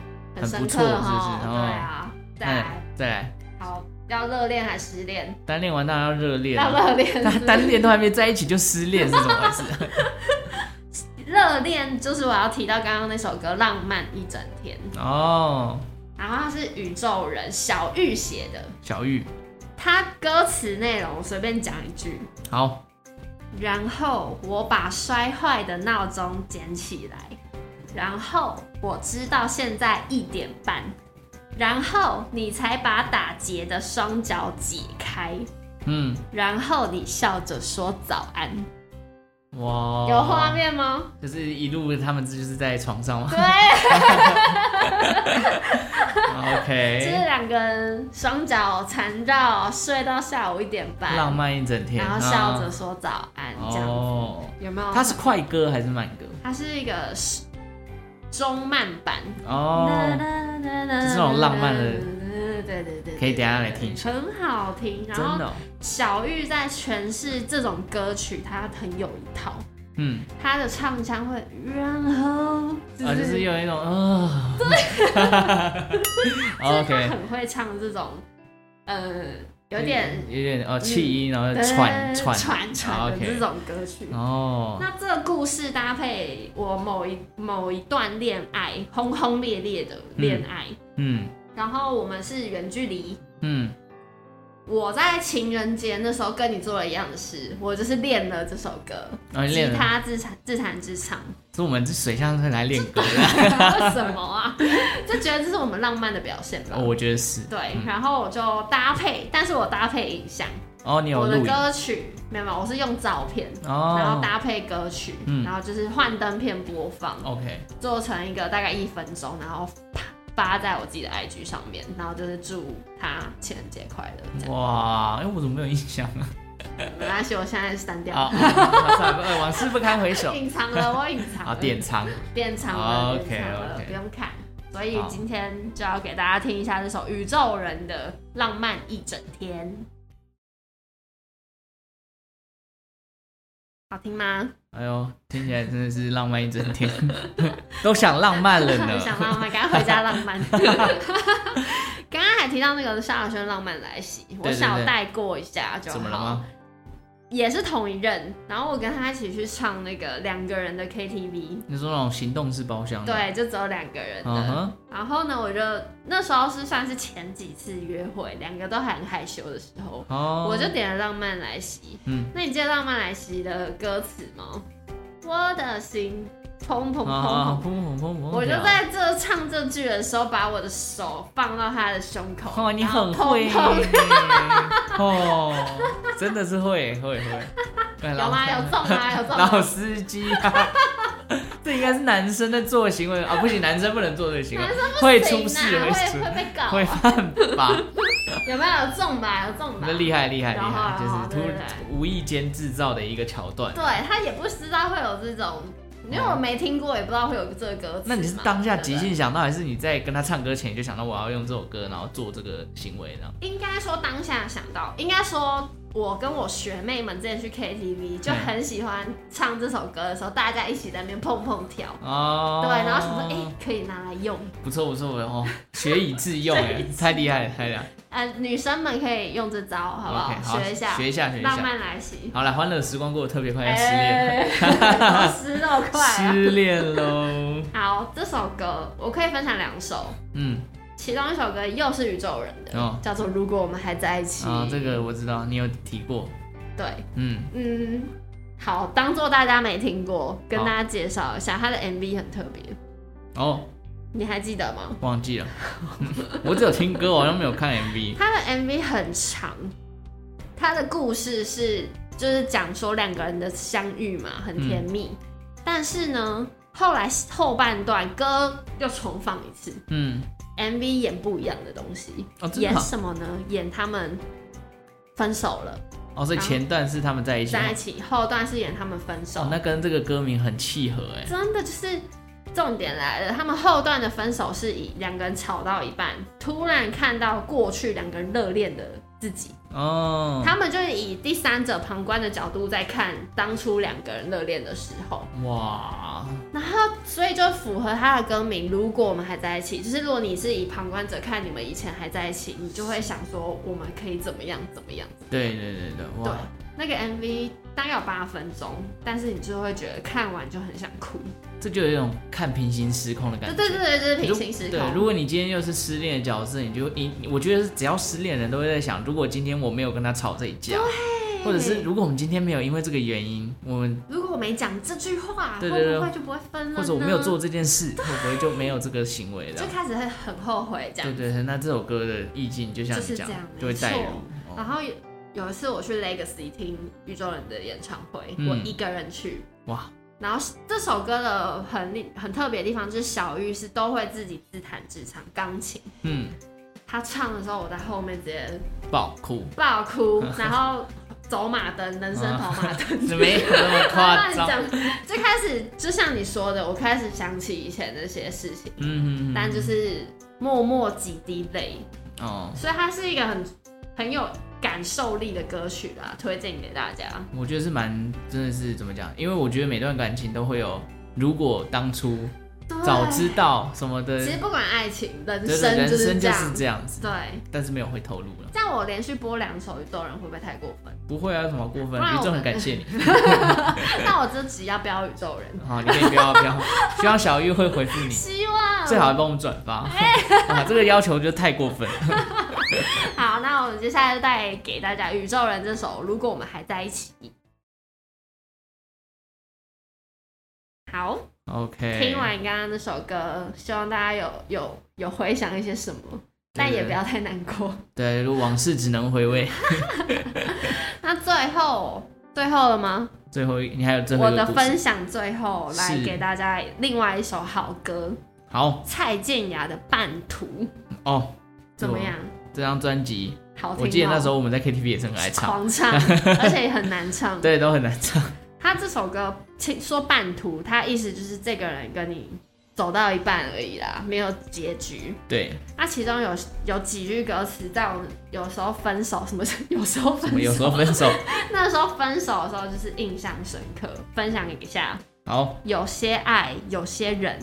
Speaker 1: 很
Speaker 3: 深
Speaker 1: 不
Speaker 3: 刻
Speaker 1: 错是不是
Speaker 3: 哈，
Speaker 1: 哦
Speaker 3: 对啊，再来
Speaker 1: 哎，再来，
Speaker 3: 好，要热恋还失 恋？
Speaker 1: 单恋完当然要热恋
Speaker 3: 要
Speaker 1: 了，
Speaker 3: 热恋是不是，
Speaker 1: 单单恋都还没在一起就失恋是怎么回事？
Speaker 3: 热恋就是我要提到刚刚那首歌《浪漫一整天》，
Speaker 1: 哦，
Speaker 3: 然后它是宇宙人小玉写的，
Speaker 1: 小玉，
Speaker 3: 他歌词内容随便讲一句，
Speaker 1: 好，
Speaker 3: 然后我把摔坏的闹钟捡起来，然后我知道现在一点半，然后你才把打结的双脚解开，
Speaker 1: 嗯，
Speaker 3: 然后你笑着说早安，
Speaker 1: 哇，
Speaker 3: 有画，面吗？
Speaker 1: 就是一路他们就是在床上嘛
Speaker 3: 对， 就是
Speaker 1: ，OK，
Speaker 3: 两个人双脚缠绕睡到下午一点
Speaker 1: 浪
Speaker 3: 半，
Speaker 1: 漫一整天，
Speaker 3: 啊然后笑着
Speaker 1: 啊，
Speaker 3: 说早安，这样子
Speaker 1: 哦，
Speaker 3: 有没有？
Speaker 1: 它是快歌还是慢歌？
Speaker 3: 它是一个中慢版，
Speaker 1: 哦，
Speaker 3: 就是
Speaker 1: 那种浪漫的
Speaker 3: 对对对对，
Speaker 1: 可以等一下来听一下
Speaker 3: 很好听。
Speaker 1: 真
Speaker 3: 然后
Speaker 1: 的哦，
Speaker 3: 小玉在诠释这种歌曲，她很有一套，
Speaker 1: 嗯，
Speaker 3: 她的唱腔会，然后
Speaker 1: 啊，就是有一种啊， 哦
Speaker 3: 就是
Speaker 1: o k
Speaker 3: 她很会唱这种，呃，有点
Speaker 1: 有点哦气音，然后
Speaker 3: 呃
Speaker 1: 喘喘
Speaker 3: 喘
Speaker 1: 好
Speaker 3: 喘的
Speaker 1: ，OK
Speaker 3: 这种歌曲。
Speaker 1: 哦，
Speaker 3: 那这个故事搭配我某一某一段恋爱，轰轰烈烈的恋爱，
Speaker 1: 嗯
Speaker 3: 然后我们是远距离，
Speaker 1: 嗯，
Speaker 3: 我在情人节那时候跟你做了一样的事，我就是练了这首歌，
Speaker 1: 然后
Speaker 3: 吉
Speaker 1: 哦练了，
Speaker 3: 他自弹自弹自 唱，
Speaker 1: 所以我们这水象是来练歌的、
Speaker 3: 为什么啊？就觉得这是我们浪漫的表现吧。
Speaker 1: 哦我觉得是。
Speaker 3: 对，
Speaker 1: 嗯
Speaker 3: 然后我就搭配，但是我搭配影像，
Speaker 1: 哦，你有
Speaker 3: 我的
Speaker 1: 录影
Speaker 3: 歌曲没有，没有，我是用照片，然后
Speaker 1: 哦
Speaker 3: 搭配歌曲，
Speaker 1: 嗯哦
Speaker 3: 然后就是幻灯片播放，
Speaker 1: ，OK，
Speaker 3: 做成一个大概一分钟，然后啪发在我自己的 IG 上面，然后就是祝他情人节快乐这样。
Speaker 1: 哇，哎，我怎么没有印象啊？
Speaker 3: 没关系，我现在删 掉，
Speaker 1: 好，好算了呃往事不堪回 首。
Speaker 3: 隐藏了，我隐藏
Speaker 1: 好，
Speaker 3: 了，
Speaker 1: 典藏。
Speaker 3: 变长了，
Speaker 1: 哦
Speaker 3: 变长了
Speaker 1: 啊 OK，OK
Speaker 3: 不用看。所以
Speaker 1: 好
Speaker 3: 今天就要给大家听一下这首宇宙人的《浪漫一整天》，好听吗？
Speaker 1: 哎呦，听起来真的是浪漫一整天， 都想浪漫了
Speaker 3: 想
Speaker 1: 呢。
Speaker 3: 浪漫，赶快回家浪 漫。刚刚还提到那个萧亚轩《浪漫来袭》，我
Speaker 1: 对对
Speaker 3: 小
Speaker 1: 对
Speaker 3: 带过一下就好。
Speaker 1: 怎么了吗？
Speaker 3: 也是同一任，然后我跟他一起去唱那个两个人的 KTV，
Speaker 1: 你说那种行动式包厢？，
Speaker 3: 对，就只有两个人的。
Speaker 1: 嗯哼，
Speaker 3: 然后呢，我就那时候是算是前几次约会，两个都还很害羞的时候，
Speaker 1: 哦，
Speaker 3: 我就点了《浪漫来袭》。
Speaker 1: 嗯，
Speaker 3: 那你记得《浪漫来袭》的歌词吗？我的心砰砰砰
Speaker 1: 啊，
Speaker 3: 砰
Speaker 1: 砰砰砰砰，
Speaker 3: 我就在这唱这句的时候，把我的手放到他的胸口。
Speaker 1: 哦，你
Speaker 3: 然后
Speaker 1: 很会
Speaker 3: 砰砰
Speaker 1: 耶 哦，真的是会会 会，对
Speaker 3: 有吗？有中吗？有 中
Speaker 1: 老
Speaker 3: 吗？
Speaker 1: 司机啊，这应该是男生在做的行为啊，不行，男生不能做这个行为，会出事，
Speaker 3: 行啊会
Speaker 1: 出
Speaker 3: 会被告啊、
Speaker 1: 会犯法，
Speaker 3: 有没有有中吧？有中吧
Speaker 1: 那？厉害厉害厉
Speaker 3: 然后
Speaker 1: 害，就
Speaker 3: 然后
Speaker 1: 是
Speaker 3: 对
Speaker 1: 突
Speaker 3: 对对
Speaker 1: 无意间制造的一个桥段。
Speaker 3: 对他也不知道会有这种，因为我没听过，也不知道会有这个歌词嘛。
Speaker 1: 那你是当下
Speaker 3: 对不
Speaker 1: 即
Speaker 3: 对？
Speaker 1: 兴想到，还是你在跟他唱歌前你就想到我要用这首歌，然后做这个行为呢？
Speaker 3: 应该说当下想到，应该说。我跟我学妹们之前去
Speaker 1: 嗯
Speaker 3: KTV 就很喜欢唱这首歌的时候，大家一起在那边碰碰跳，
Speaker 1: 哦，
Speaker 3: 对，然后想说哎、可以拿来用，
Speaker 1: 不错不错不错，哦，学以致用
Speaker 3: 学
Speaker 1: 哎，太厉害了太厉害了
Speaker 3: 呃，女生们可以用这招，好不好
Speaker 1: OK，好
Speaker 3: 学一下，
Speaker 1: 学一下学一
Speaker 3: 浪
Speaker 1: 下。
Speaker 3: 漫来袭。
Speaker 1: 好了，欢乐时光过得特别快，要失恋了，
Speaker 3: 哎失那么快
Speaker 1: 失
Speaker 3: 啊！
Speaker 1: 恋喽。
Speaker 3: 好，这首歌我可以分享两首，
Speaker 1: 嗯，
Speaker 3: 其中一首歌又是宇宙人的，
Speaker 1: 哦
Speaker 3: 叫做《如果我们还在一起》。
Speaker 1: 啊，这个我知道，你有提过。
Speaker 3: 对，
Speaker 1: 嗯，
Speaker 3: 嗯，好，当做大家没听过，跟
Speaker 1: 好
Speaker 3: 大家介绍一下，它的 MV 很特别，
Speaker 1: 哦，
Speaker 3: 你还记得吗？
Speaker 1: 忘记了，嗯我只有听歌，我好像没有看 MV。
Speaker 3: 它的 MV 很长，它的故事是就是讲说两个人的相遇嘛，很甜蜜，
Speaker 1: 嗯
Speaker 3: 但是呢，后来后半段歌又重放一次
Speaker 1: 嗯，
Speaker 3: ，MV 演不一样的东西，
Speaker 1: 哦，真
Speaker 3: 演
Speaker 1: 的啊。
Speaker 3: 什么呢？演他们分手了，
Speaker 1: 哦，所以前段是他们在一起吗。
Speaker 3: 在一起，后段是演他们分手，
Speaker 1: 哦，那跟这个歌名很契合哎。
Speaker 3: 真的就是。重点来了，他们后段的分手是以两个人吵到一半，突然看到过去两个人热恋的自己，
Speaker 1: 哦，
Speaker 3: 他们就是以第三者旁观的角度在看当初两个人热恋的时候，
Speaker 1: 哇，
Speaker 3: 然后所以就符合他的歌名。如果我们还在一起，就是如果你是以旁观者看你们以前还在一起，你就会想说我们可以怎么样怎么样。
Speaker 1: 对对对对，
Speaker 3: 对
Speaker 1: 哇，，
Speaker 3: 那个 MV 大概有八分钟，但是你就会觉得看完就很想哭。
Speaker 1: 这就有一种看平行时空的感
Speaker 3: 对
Speaker 1: 觉。
Speaker 3: 对对对，就是
Speaker 1: 你就
Speaker 3: 平行时
Speaker 1: 对，如
Speaker 3: 空。
Speaker 1: 果你今天又是失恋的角色，你就你，我觉得是只要失恋的人都会在想，如果今天我没有跟他吵这一架，或者是如果我们今天没有因为这个原因，我们
Speaker 3: 如果我没讲这句话，
Speaker 1: 对对对
Speaker 3: 会不会就不会分了呢？
Speaker 1: 或者我没有做，这件事，会不会就没有这个行为
Speaker 3: 嗯就
Speaker 1: 了？
Speaker 3: 开始会很后悔这样
Speaker 1: 对。对对，那这首歌的意境就像
Speaker 3: 就
Speaker 1: 你
Speaker 3: 是
Speaker 1: 讲
Speaker 3: 这样，
Speaker 1: 就会带入
Speaker 3: 没错。
Speaker 1: 哦
Speaker 3: 然后有有一次我去 Legacy 听宇宙人的演唱会，
Speaker 1: 嗯
Speaker 3: 我一个人去。
Speaker 1: 哇，
Speaker 3: 然后这首歌的很厉很特别的地方就是小玉是都会自己自弹自唱钢琴，
Speaker 1: 嗯，
Speaker 3: 她唱的时候我在后面直接
Speaker 1: 爆哭，
Speaker 3: 爆哭，然后走马灯，人生走 马灯。
Speaker 1: 没有那么夸
Speaker 3: 乱
Speaker 1: 张。
Speaker 3: 讲，最开始就像你说的，我开始想起以前那些事情，
Speaker 1: 嗯嗯嗯，
Speaker 3: 但就是默默几滴泪，
Speaker 1: 哦，
Speaker 3: 所以它是一个很很有感受力的歌曲啦，推荐给大家。
Speaker 1: 我觉得是蛮真的是怎么讲？因为我觉得每段感情都会有，如果当初早知道什么的，
Speaker 3: 对，其实不管爱情、人
Speaker 1: 对对，
Speaker 3: 生
Speaker 1: 人
Speaker 3: 就
Speaker 1: 生就
Speaker 3: 这
Speaker 1: 是
Speaker 3: 样。
Speaker 1: 这样子，
Speaker 3: 对，
Speaker 1: 但是没有回头路了。
Speaker 3: 这样我连续播两首宇宙人会不会太过分？
Speaker 1: 不会啊，有什么过分
Speaker 3: 不？然我
Speaker 1: 宇宙很感谢你。
Speaker 3: 那我这集要标宇宙人，
Speaker 1: 好，你可以不要不要，希望小玉 会回复你，
Speaker 3: 希望
Speaker 1: 最好还帮我们转发。啊，这个要求就太过分了。
Speaker 3: 好，那我们接下来就带给大家《宇宙人》这首《如果我们还在一起》。好，
Speaker 1: OK，
Speaker 3: 听完刚刚那首歌，希望大家有有有回想一些什么，但也不要太难过。
Speaker 1: 对，如往事只能回味。
Speaker 3: 那最后，最后了吗？
Speaker 1: 最后一，你还有最后一
Speaker 3: 我
Speaker 1: 个
Speaker 3: 的
Speaker 1: 故事
Speaker 3: 分享最后来
Speaker 1: 是
Speaker 3: 给大家另外一首好歌，
Speaker 1: 好
Speaker 3: 蔡健雅的《半途》
Speaker 1: 哦，
Speaker 3: 怎么样？
Speaker 1: 这张专辑，
Speaker 3: 好听、哦。
Speaker 1: 我记得那时候我们在 KTV 也是很爱唱，
Speaker 3: 狂唱，而且也很难唱。
Speaker 1: 对，都很难唱。
Speaker 3: 他这首歌其说半途，他意思就是这个人跟你走到一半而已啦，没有结局。
Speaker 1: 对，
Speaker 3: 那其中有有几句歌词，在我有时候分手什么， 有时候
Speaker 1: 我们
Speaker 3: 分
Speaker 1: 有
Speaker 3: 手，
Speaker 1: 时候分手，
Speaker 3: 那时候分手的时候就是印象深刻，分享一下。
Speaker 1: 好，
Speaker 3: 有些爱，有些人，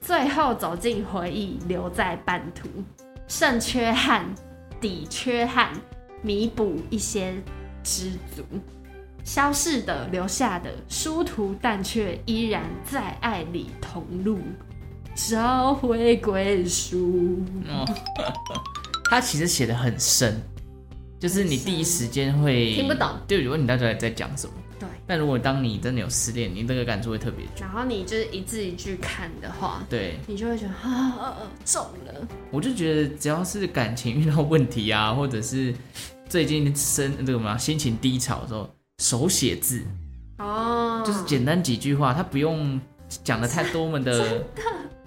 Speaker 3: 最后走进回忆，留在半途，肾缺憾，底缺憾，弥补一些知足，消逝的，留下的，殊途但却依然在爱里同路，找回归属。
Speaker 1: 哦，他其实写的很深，就是你第一时间会
Speaker 3: 听不懂，
Speaker 1: 对，如果你到底在讲什么。
Speaker 3: 对，
Speaker 1: 但如果当你真的有失恋，你这个感触会特别重。
Speaker 3: 然后你就是一字一句看的话，
Speaker 1: 对，
Speaker 3: 你就会觉得啊中了。
Speaker 1: 我就觉得只要是感情遇到问题啊， 或者是最近生这个什么心情低潮的时候，手写字
Speaker 3: 哦，
Speaker 1: 就是简单几句话，他不用讲的太多么 的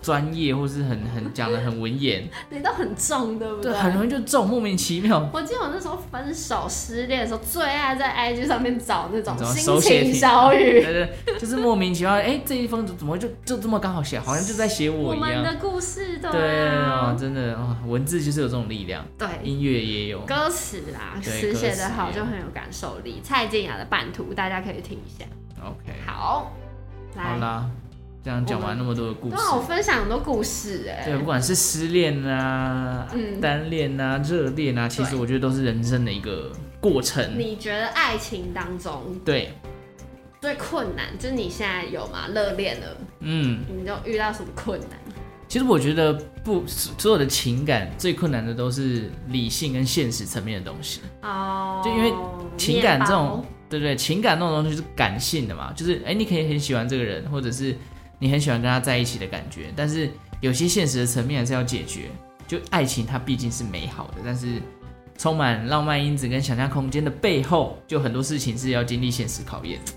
Speaker 1: 专业，或是很很讲的很文言，
Speaker 3: 你都很重， 对不
Speaker 1: 对，很容易就中，莫名其妙。
Speaker 3: 我记得我那时候分手失恋的时候，最爱在 IG 上面找那种
Speaker 1: 怎么
Speaker 3: 心
Speaker 1: 手写
Speaker 3: 情
Speaker 1: 题
Speaker 3: 小
Speaker 1: 对
Speaker 3: 语。
Speaker 1: 对，对就是莫名其妙，哎、这一封怎么就就这么刚好写，好像就在写
Speaker 3: 我
Speaker 1: 我一
Speaker 3: 们
Speaker 1: 样。
Speaker 3: 的故事对
Speaker 1: 对哦
Speaker 3: 啊，，
Speaker 1: 真的哦，文字就是有这种力量，
Speaker 3: 对
Speaker 1: 音乐也有。
Speaker 3: 歌词啦，
Speaker 1: 对
Speaker 3: 词写得好
Speaker 1: 歌词
Speaker 3: 就很有感受力。蔡健雅的《半途》，大家可以听一下。
Speaker 1: OK，
Speaker 3: 好，
Speaker 1: 好
Speaker 3: 来，
Speaker 1: 啦，这样讲完那么多的故事
Speaker 3: 对，啊，我分享很多故事哎、
Speaker 1: 对，不管是失恋啊、
Speaker 3: 嗯
Speaker 1: 单恋啊、热恋啊，其实
Speaker 3: 对
Speaker 1: 我觉得都是人生的一个过程。
Speaker 3: 你觉得爱情当中
Speaker 1: 对，
Speaker 3: 最困难，就是你现在有吗？热恋了，
Speaker 1: 嗯，
Speaker 3: 你就遇到什么困难？
Speaker 1: 其实我觉得不，所有的情感最困难的都是理性跟现实层面的东西，
Speaker 3: 哦，
Speaker 1: 就因为情感
Speaker 3: 面包
Speaker 1: 这种，对不对？情感那种东西是感性的嘛，就是哎，你可以很喜欢这个人，或者是你很喜欢跟他在一起的感觉，但是有些现实的层面还是要解决。就爱情它毕竟是美好的，但是充满浪漫因子跟想象空间的背后，就很多事情是要经历现实考验的。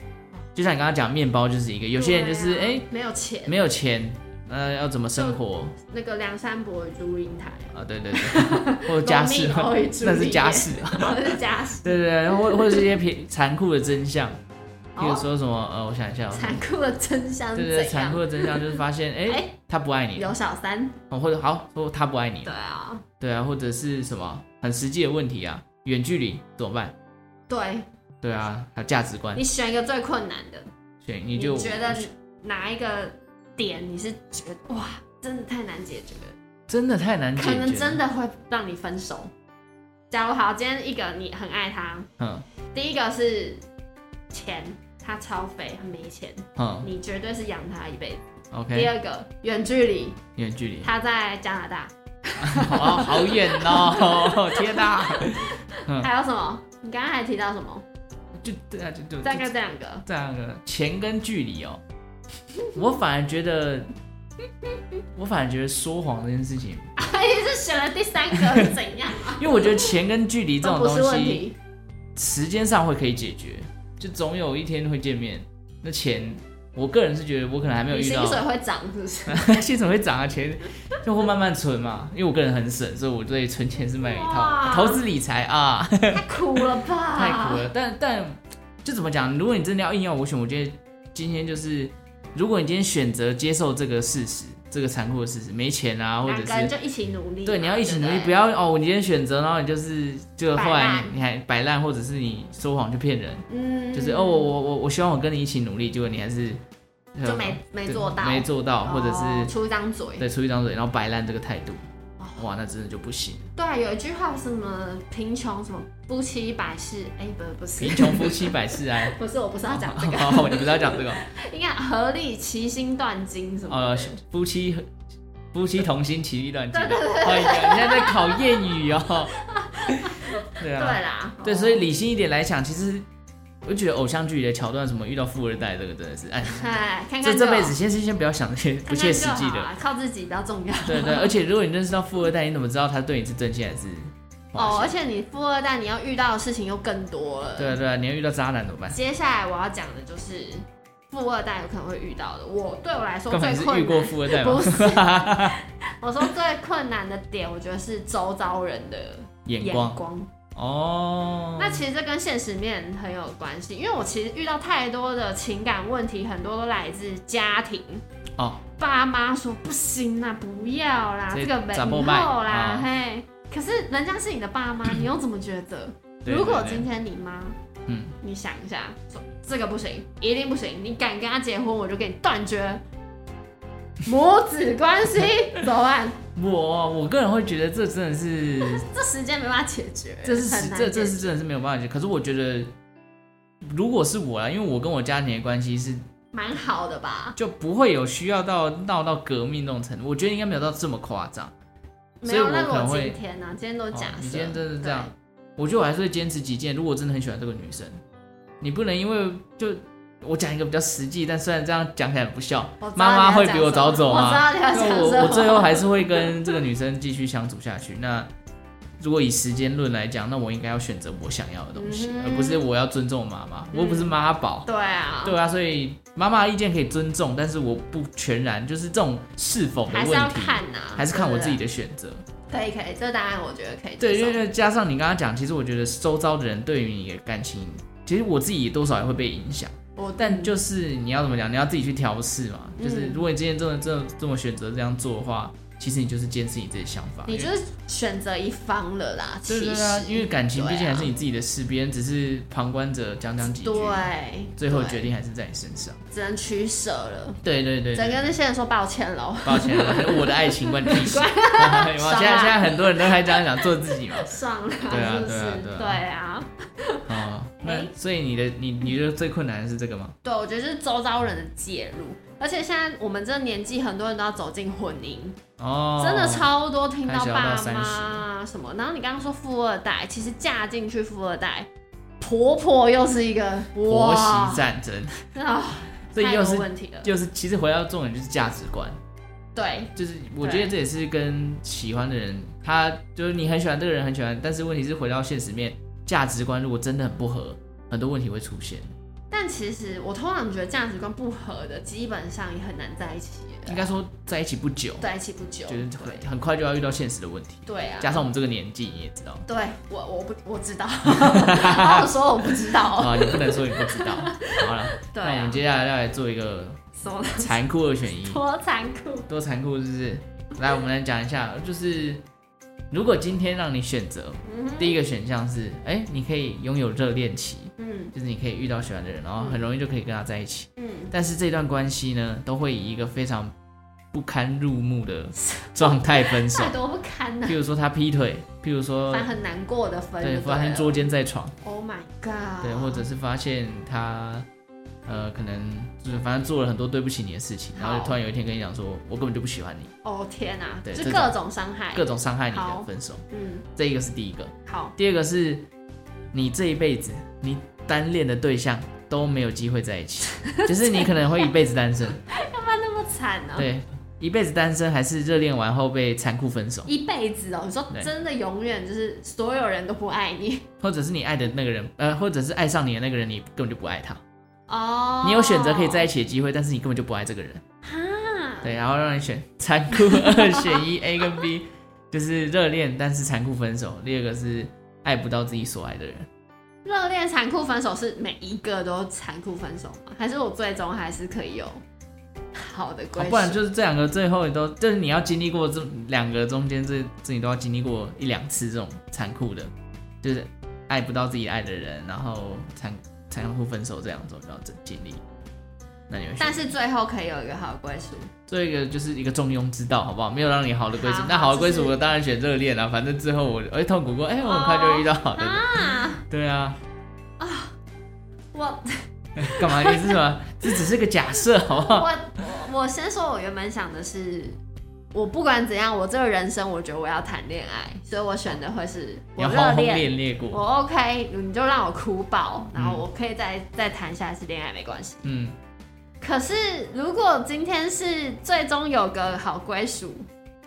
Speaker 1: 就像你刚刚讲，面包就是一个，有些人就是
Speaker 3: 对啊
Speaker 1: 哎、
Speaker 3: 没有钱，
Speaker 1: 没有钱，那要怎么生活？
Speaker 3: 那个梁山伯与祝英台。
Speaker 1: 啊，对对对，或者家 事
Speaker 3: 罗密欧与朱，丽
Speaker 1: 那
Speaker 3: 叶
Speaker 1: 是家事，
Speaker 3: 我是假死。
Speaker 1: 对对对，或或者是一些偏残酷的真相，比如
Speaker 3: 哦，
Speaker 1: 说什么呃，我想一下哦，
Speaker 3: 残酷的真相
Speaker 1: 对
Speaker 3: 是
Speaker 1: 对对，
Speaker 3: 怎
Speaker 1: 残酷
Speaker 3: 样？
Speaker 1: 的真相就是发 现，哎
Speaker 3: 哎，
Speaker 1: 他不爱你了，
Speaker 3: 有小三，
Speaker 1: 哦或者好说他不爱你
Speaker 3: 对
Speaker 1: 了，
Speaker 3: 啊，
Speaker 1: 对啊，或者是什么很实际的问题啊，远距离怎么办？
Speaker 3: 对
Speaker 1: 对啊，还有价值观
Speaker 3: 你，选一个最困难的，
Speaker 1: 所以你
Speaker 3: 你
Speaker 1: 就
Speaker 3: 觉得哪一个点你是觉得哇，真的太难解决了，
Speaker 1: 真的太难解决
Speaker 3: 可
Speaker 1: 了，
Speaker 3: 能真的会让你分手。假如好，今天一个你很爱他，
Speaker 1: 嗯，
Speaker 3: 第一个是钱，他超肥，他没钱，
Speaker 1: 嗯
Speaker 3: 你绝对是养他一辈子。
Speaker 1: o
Speaker 3: 第
Speaker 1: k
Speaker 3: 二个远距离，
Speaker 1: 远距离，
Speaker 3: 他在加拿大，
Speaker 1: 哦，好远哦， 天哪，哦
Speaker 3: 还有什么？你刚刚还提到什么？
Speaker 1: 就对啊，就就
Speaker 3: 大概这两个。
Speaker 1: 这样的钱跟距离哦，我反而觉得，我反而觉得说谎这件事情，
Speaker 3: 你是选了第三个是怎样？
Speaker 1: 因为我觉得钱跟距 离这
Speaker 3: 都
Speaker 1: 种
Speaker 3: 不是
Speaker 1: 东
Speaker 3: 问
Speaker 1: 西，
Speaker 3: 题。
Speaker 1: 时间上会可以解决，就总有一天会见面。那钱，我个人是觉得我可能还没有
Speaker 3: 你
Speaker 1: 遇
Speaker 3: 薪
Speaker 1: 到，
Speaker 3: 水会涨是不是？
Speaker 1: 薪水会涨啊，钱就会慢慢存嘛。因为我个人很省，所以我对存钱是蛮有一套
Speaker 3: 哇
Speaker 1: 投资理财啊，
Speaker 3: 太苦了吧！
Speaker 1: 太苦。了。但但就怎么讲，如果你真的要硬要我选，我觉得今天就是，如果你今天选择接受这个事实，这个残酷的事实，没钱啊，或
Speaker 3: 两
Speaker 1: 者
Speaker 3: 个人
Speaker 1: 是
Speaker 3: 就一起努力。啊
Speaker 1: 对你要一起努力，
Speaker 3: 对
Speaker 1: 不
Speaker 3: 对。
Speaker 1: 要哦，你今天选择，然后你就是就
Speaker 3: 摆
Speaker 1: 后来
Speaker 3: 烂
Speaker 1: 你你还摆烂，或者是你说谎去骗人，
Speaker 3: 嗯
Speaker 1: 就是哦，我我我我希望我跟你一起努力，结果你还是
Speaker 3: 就没没做到，
Speaker 1: 没做到，或者
Speaker 3: 哦
Speaker 1: 是
Speaker 3: 出一张嘴。
Speaker 1: 对出一张嘴，然后摆烂这个态度
Speaker 3: 哦，
Speaker 1: 哇，那真的就不行。
Speaker 3: 对啊，有一句话什么贫穷什么夫妻百事，哎，不不是
Speaker 1: 贫，穷夫妻百事哀。
Speaker 3: 不是，我不是要讲这个，
Speaker 1: 哦，你不是要讲这个哦？
Speaker 3: 应该合力齐心断金什么的。
Speaker 1: 呃，夫哎 妻夫妻同心，其利断金。哦，你现在在考谚语哦。对
Speaker 3: 对
Speaker 1: 啊，
Speaker 3: 啦，
Speaker 1: 对，
Speaker 3: 哦
Speaker 1: 所以理性一点来讲，其实我就觉得偶像剧里的桥段，什么遇到富二代这个真的是，哎，
Speaker 3: 哎，看看
Speaker 1: 这
Speaker 3: 就
Speaker 1: 这辈
Speaker 3: 好
Speaker 1: 子先先先不要想那些不
Speaker 3: 看
Speaker 1: 切
Speaker 3: 看
Speaker 1: 实
Speaker 3: 就
Speaker 1: 际
Speaker 3: 好
Speaker 1: 的，
Speaker 3: 啊，靠自己比较重要。
Speaker 1: 对对。而且如果你认识到富二代，你怎么知道他对你是真心还是花
Speaker 3: 哦，而
Speaker 1: 心？
Speaker 3: 且你富二代，你要遇到的事情又更多了。
Speaker 1: 对啊对啊，你要遇到渣男怎么办？
Speaker 3: 接下来我要讲的就是富二代有可能会遇到的。我对我来说
Speaker 1: 根本
Speaker 3: 最
Speaker 1: 是
Speaker 3: 困
Speaker 1: 遇
Speaker 3: 难，
Speaker 1: 过富二代吗
Speaker 3: 不？是。我说最困难的点，我觉得是周遭人的
Speaker 1: 眼 光嗯
Speaker 3: 光
Speaker 1: 哦，
Speaker 3: 那其实这跟现实面很有关系，因为我其实遇到太多的情感问题，很多都来自家庭。
Speaker 1: 哦，
Speaker 3: 爸妈说不行啦，不要啦，
Speaker 1: 这
Speaker 3: 这个没
Speaker 1: 咋不
Speaker 3: 后
Speaker 1: 卖
Speaker 3: 啦
Speaker 1: 啊，
Speaker 3: 嘿。可是人家是你的爸妈，你又怎么觉得？
Speaker 1: 对
Speaker 3: 如果
Speaker 1: 对对
Speaker 3: 今天你妈，
Speaker 1: 嗯，
Speaker 3: 你想一下，说这个不行，一定不行，你敢跟他结婚，我就给你断绝母子关系，怎么办？
Speaker 1: 我我个人会觉得这真的是，
Speaker 3: 这时间没办法解决，
Speaker 1: 这是
Speaker 3: 很难
Speaker 1: 这这
Speaker 3: 解
Speaker 1: 是
Speaker 3: 决
Speaker 1: 真的是没有办法解决。可是我觉得，如果是我啦，因为我跟我家庭的关系是
Speaker 3: 蛮好的吧？
Speaker 1: 就不会有需要到闹到革命那种程度，我觉得应该没有到这么夸张。
Speaker 3: 没
Speaker 1: 所以
Speaker 3: 有，
Speaker 1: 我
Speaker 3: 那
Speaker 1: 可能
Speaker 3: 我
Speaker 1: 会
Speaker 3: 今天呢、今天都假
Speaker 1: 哦
Speaker 3: 设，
Speaker 1: 你今天真的是这
Speaker 3: 对
Speaker 1: 样，我觉得我还是会坚持己见。如果我真的很喜欢这个女生，你不能因为就我讲一个比较实际，但虽然这样讲起来很不孝
Speaker 3: 我，知道
Speaker 1: 妈妈
Speaker 3: 你要
Speaker 1: 会
Speaker 3: 讲
Speaker 1: 比我早走
Speaker 3: 什么我知
Speaker 1: 啊。
Speaker 3: 道你要 讲
Speaker 1: 那
Speaker 3: 什
Speaker 1: 我
Speaker 3: 么
Speaker 1: 我最后还是会跟这个女生继续相处下去。那如果以时间论来讲，那我应该要选择我想要的东西，
Speaker 3: 嗯哼嗯
Speaker 1: 而不是我要尊重我妈妈。我又不是妈宝，
Speaker 3: 对啊，
Speaker 1: 对啊，所以妈妈的意见可以尊重，但是我不全然就是这种是否的问
Speaker 3: 还是
Speaker 1: 题，
Speaker 3: 要看啊呐、
Speaker 1: 还是看我自己
Speaker 3: 的。
Speaker 1: 的选择。
Speaker 3: 可以可以，这答案我觉得可以接
Speaker 1: 对，
Speaker 3: 受。
Speaker 1: 因为加上你刚刚讲，其实我觉得周遭的人对于你的感情，其实我自己多少也会被影响。
Speaker 3: 我
Speaker 1: 但就是你要怎么讲，你要自己去调试嘛。
Speaker 3: 嗯
Speaker 1: 就是如果你今天真的这这么选择这样做的话，其实你就是坚持你自己的想法。
Speaker 3: 你就是选择一方了啦，
Speaker 1: 因为对
Speaker 3: 其
Speaker 1: 对
Speaker 3: 实
Speaker 1: 对啊，因为感情
Speaker 3: 对啊
Speaker 1: 毕竟还是你自己的事，别人只是旁观者讲讲几句，
Speaker 3: 对，啊
Speaker 1: 最后
Speaker 3: 对
Speaker 1: 决定还是在你身上。
Speaker 3: 只能取舍了，
Speaker 1: 对对对
Speaker 3: 只
Speaker 1: 对
Speaker 3: 能跟那些人说抱歉 喽，
Speaker 1: 抱歉，我的爱情关你屁 事。有
Speaker 3: 爽
Speaker 1: 啊
Speaker 3: 啊
Speaker 1: 现在现在很多人都还这样讲，做自己 嘛。
Speaker 3: 算了，
Speaker 1: 对啊
Speaker 3: 是不是？
Speaker 1: 对啊对
Speaker 3: 对啊，
Speaker 1: 哦，那
Speaker 3: 哎
Speaker 1: 所以你的你你觉得最困难的是这个吗？
Speaker 3: 对，我觉得就是周遭人的介入，而且现在我们这个年纪，很多人都要走进婚姻，
Speaker 1: 哦，
Speaker 3: 真的超多听
Speaker 1: 开
Speaker 3: 到
Speaker 1: 始要
Speaker 3: 爸
Speaker 1: 到
Speaker 3: 妈什么。然后你刚刚说富二代，其实嫁进去富二代，婆婆又是一个
Speaker 1: 婆
Speaker 3: 哇
Speaker 1: 媳，战争，
Speaker 3: 啊，
Speaker 1: 这
Speaker 3: 太
Speaker 1: 又
Speaker 3: 有
Speaker 1: 是
Speaker 3: 问题了。
Speaker 1: 就是其实回到重点就是价值观，
Speaker 3: 对，
Speaker 1: 就是我觉得这也是跟喜欢的人，他就是你很喜欢这个人很喜欢，但是问题是回到现实面，价值观如果真的很不合，很多问题会出现，
Speaker 3: 但其实我通常觉得价值观不合的，基本上也很难在一起了，
Speaker 1: 应该说在一起不久，
Speaker 3: 在一起不久。
Speaker 1: 就是很很快就要遇到现实的问题，
Speaker 3: 对啊，
Speaker 1: 加上我们这个年纪你也知道
Speaker 3: 对我我不 我知道，然后说我不知道，
Speaker 1: 啊，你不能说你不知 道，好了，
Speaker 3: 哦对
Speaker 1: 那我
Speaker 3: 啊
Speaker 1: 们，接下来要来做一个
Speaker 3: 什么
Speaker 1: 残酷二选 一，
Speaker 3: 多残酷。
Speaker 1: 多残酷是不是？来，我们来讲一下，就是如果今天让你选择，
Speaker 3: 嗯哼
Speaker 1: 第一个选项是，哎、你可以拥有热恋期，
Speaker 3: 嗯
Speaker 1: 就是你可以遇到喜欢的人，然后很容易就可以跟他在一起。
Speaker 3: 嗯，
Speaker 1: 但是这段关系呢，都会以一个非常不堪入目的状态分手
Speaker 3: 太。多不堪了，
Speaker 1: 譬如说他劈腿，譬如说
Speaker 3: 反正很难过的分就
Speaker 1: 呃对
Speaker 3: 了。
Speaker 1: 发现捉奸在床，
Speaker 3: ，Oh my god，
Speaker 1: 对，或者是发现他呃可能就是反正做了很多对不起你的事情，然后
Speaker 3: 好
Speaker 1: 突然有一天跟你讲说，我根本就不喜欢你，
Speaker 3: 哦天哪，
Speaker 1: 对
Speaker 3: 就
Speaker 1: 这种
Speaker 3: 各种伤害，
Speaker 1: 各种伤害你的
Speaker 3: 哎好
Speaker 1: 分手。
Speaker 3: 嗯，
Speaker 1: 这一个是第一个，
Speaker 3: 好，
Speaker 1: 第二个是你这一辈子你单恋的对象都没有机会在一 起，就是你可能会一辈子单身，
Speaker 3: 那么惨啊呢，
Speaker 1: 对，一辈子单身还是热恋完后被残酷分手，
Speaker 3: 一辈子哦，你说
Speaker 1: 对
Speaker 3: 真的永远就是所有人都不爱你
Speaker 1: 或者是你爱的那个人，呃，或者是爱上你的那个人，你根本就不爱他，
Speaker 3: 哦，
Speaker 1: 你有选择可以在一起的机会，但是你根本就不爱这个人，
Speaker 3: 啊，
Speaker 1: 对，然后让你选残酷二选一 A 跟 B，就是热恋但是残酷分手，第二个是爱不到自己所爱的人，
Speaker 3: 热恋残酷分手是每一个都残酷分手吗？还是我最终还是可以有好的
Speaker 1: 哦
Speaker 3: 关系？
Speaker 1: 不然就是这两个最后你都，就是你要经历过这两个中间这这你都要经历过一两次这种残酷的，就是爱不到自己爱的人，然后残残酷分手这两种都要经历。那你们
Speaker 3: 但是最后可以有一个好的归属。
Speaker 1: 这个就是一个中庸之道，好不好？没有让你好的归属
Speaker 3: 好，
Speaker 1: 那好的归属
Speaker 3: 就是
Speaker 1: 我当然选热恋啦，反正之后我哎痛苦过，哎我很快就遇到好的，
Speaker 3: 啊，
Speaker 1: 对啊，
Speaker 3: 我
Speaker 1: 干嘛？ 你是什么？这只是个假设，好不好？
Speaker 3: 我我我先说，我原本想的是我不管怎样，我这个人生，我觉得我要谈恋爱，所以我选的会是
Speaker 1: 你
Speaker 3: 我
Speaker 1: 要
Speaker 3: 热
Speaker 1: 轰轰
Speaker 3: 恋，
Speaker 1: 烈烈
Speaker 3: 我
Speaker 1: 过，
Speaker 3: OK，你就让我哭爆，然后
Speaker 1: 嗯
Speaker 3: 我可以再再谈下一次恋爱，没关系。
Speaker 1: 嗯，
Speaker 3: 可是如果今天是最终有个好归属，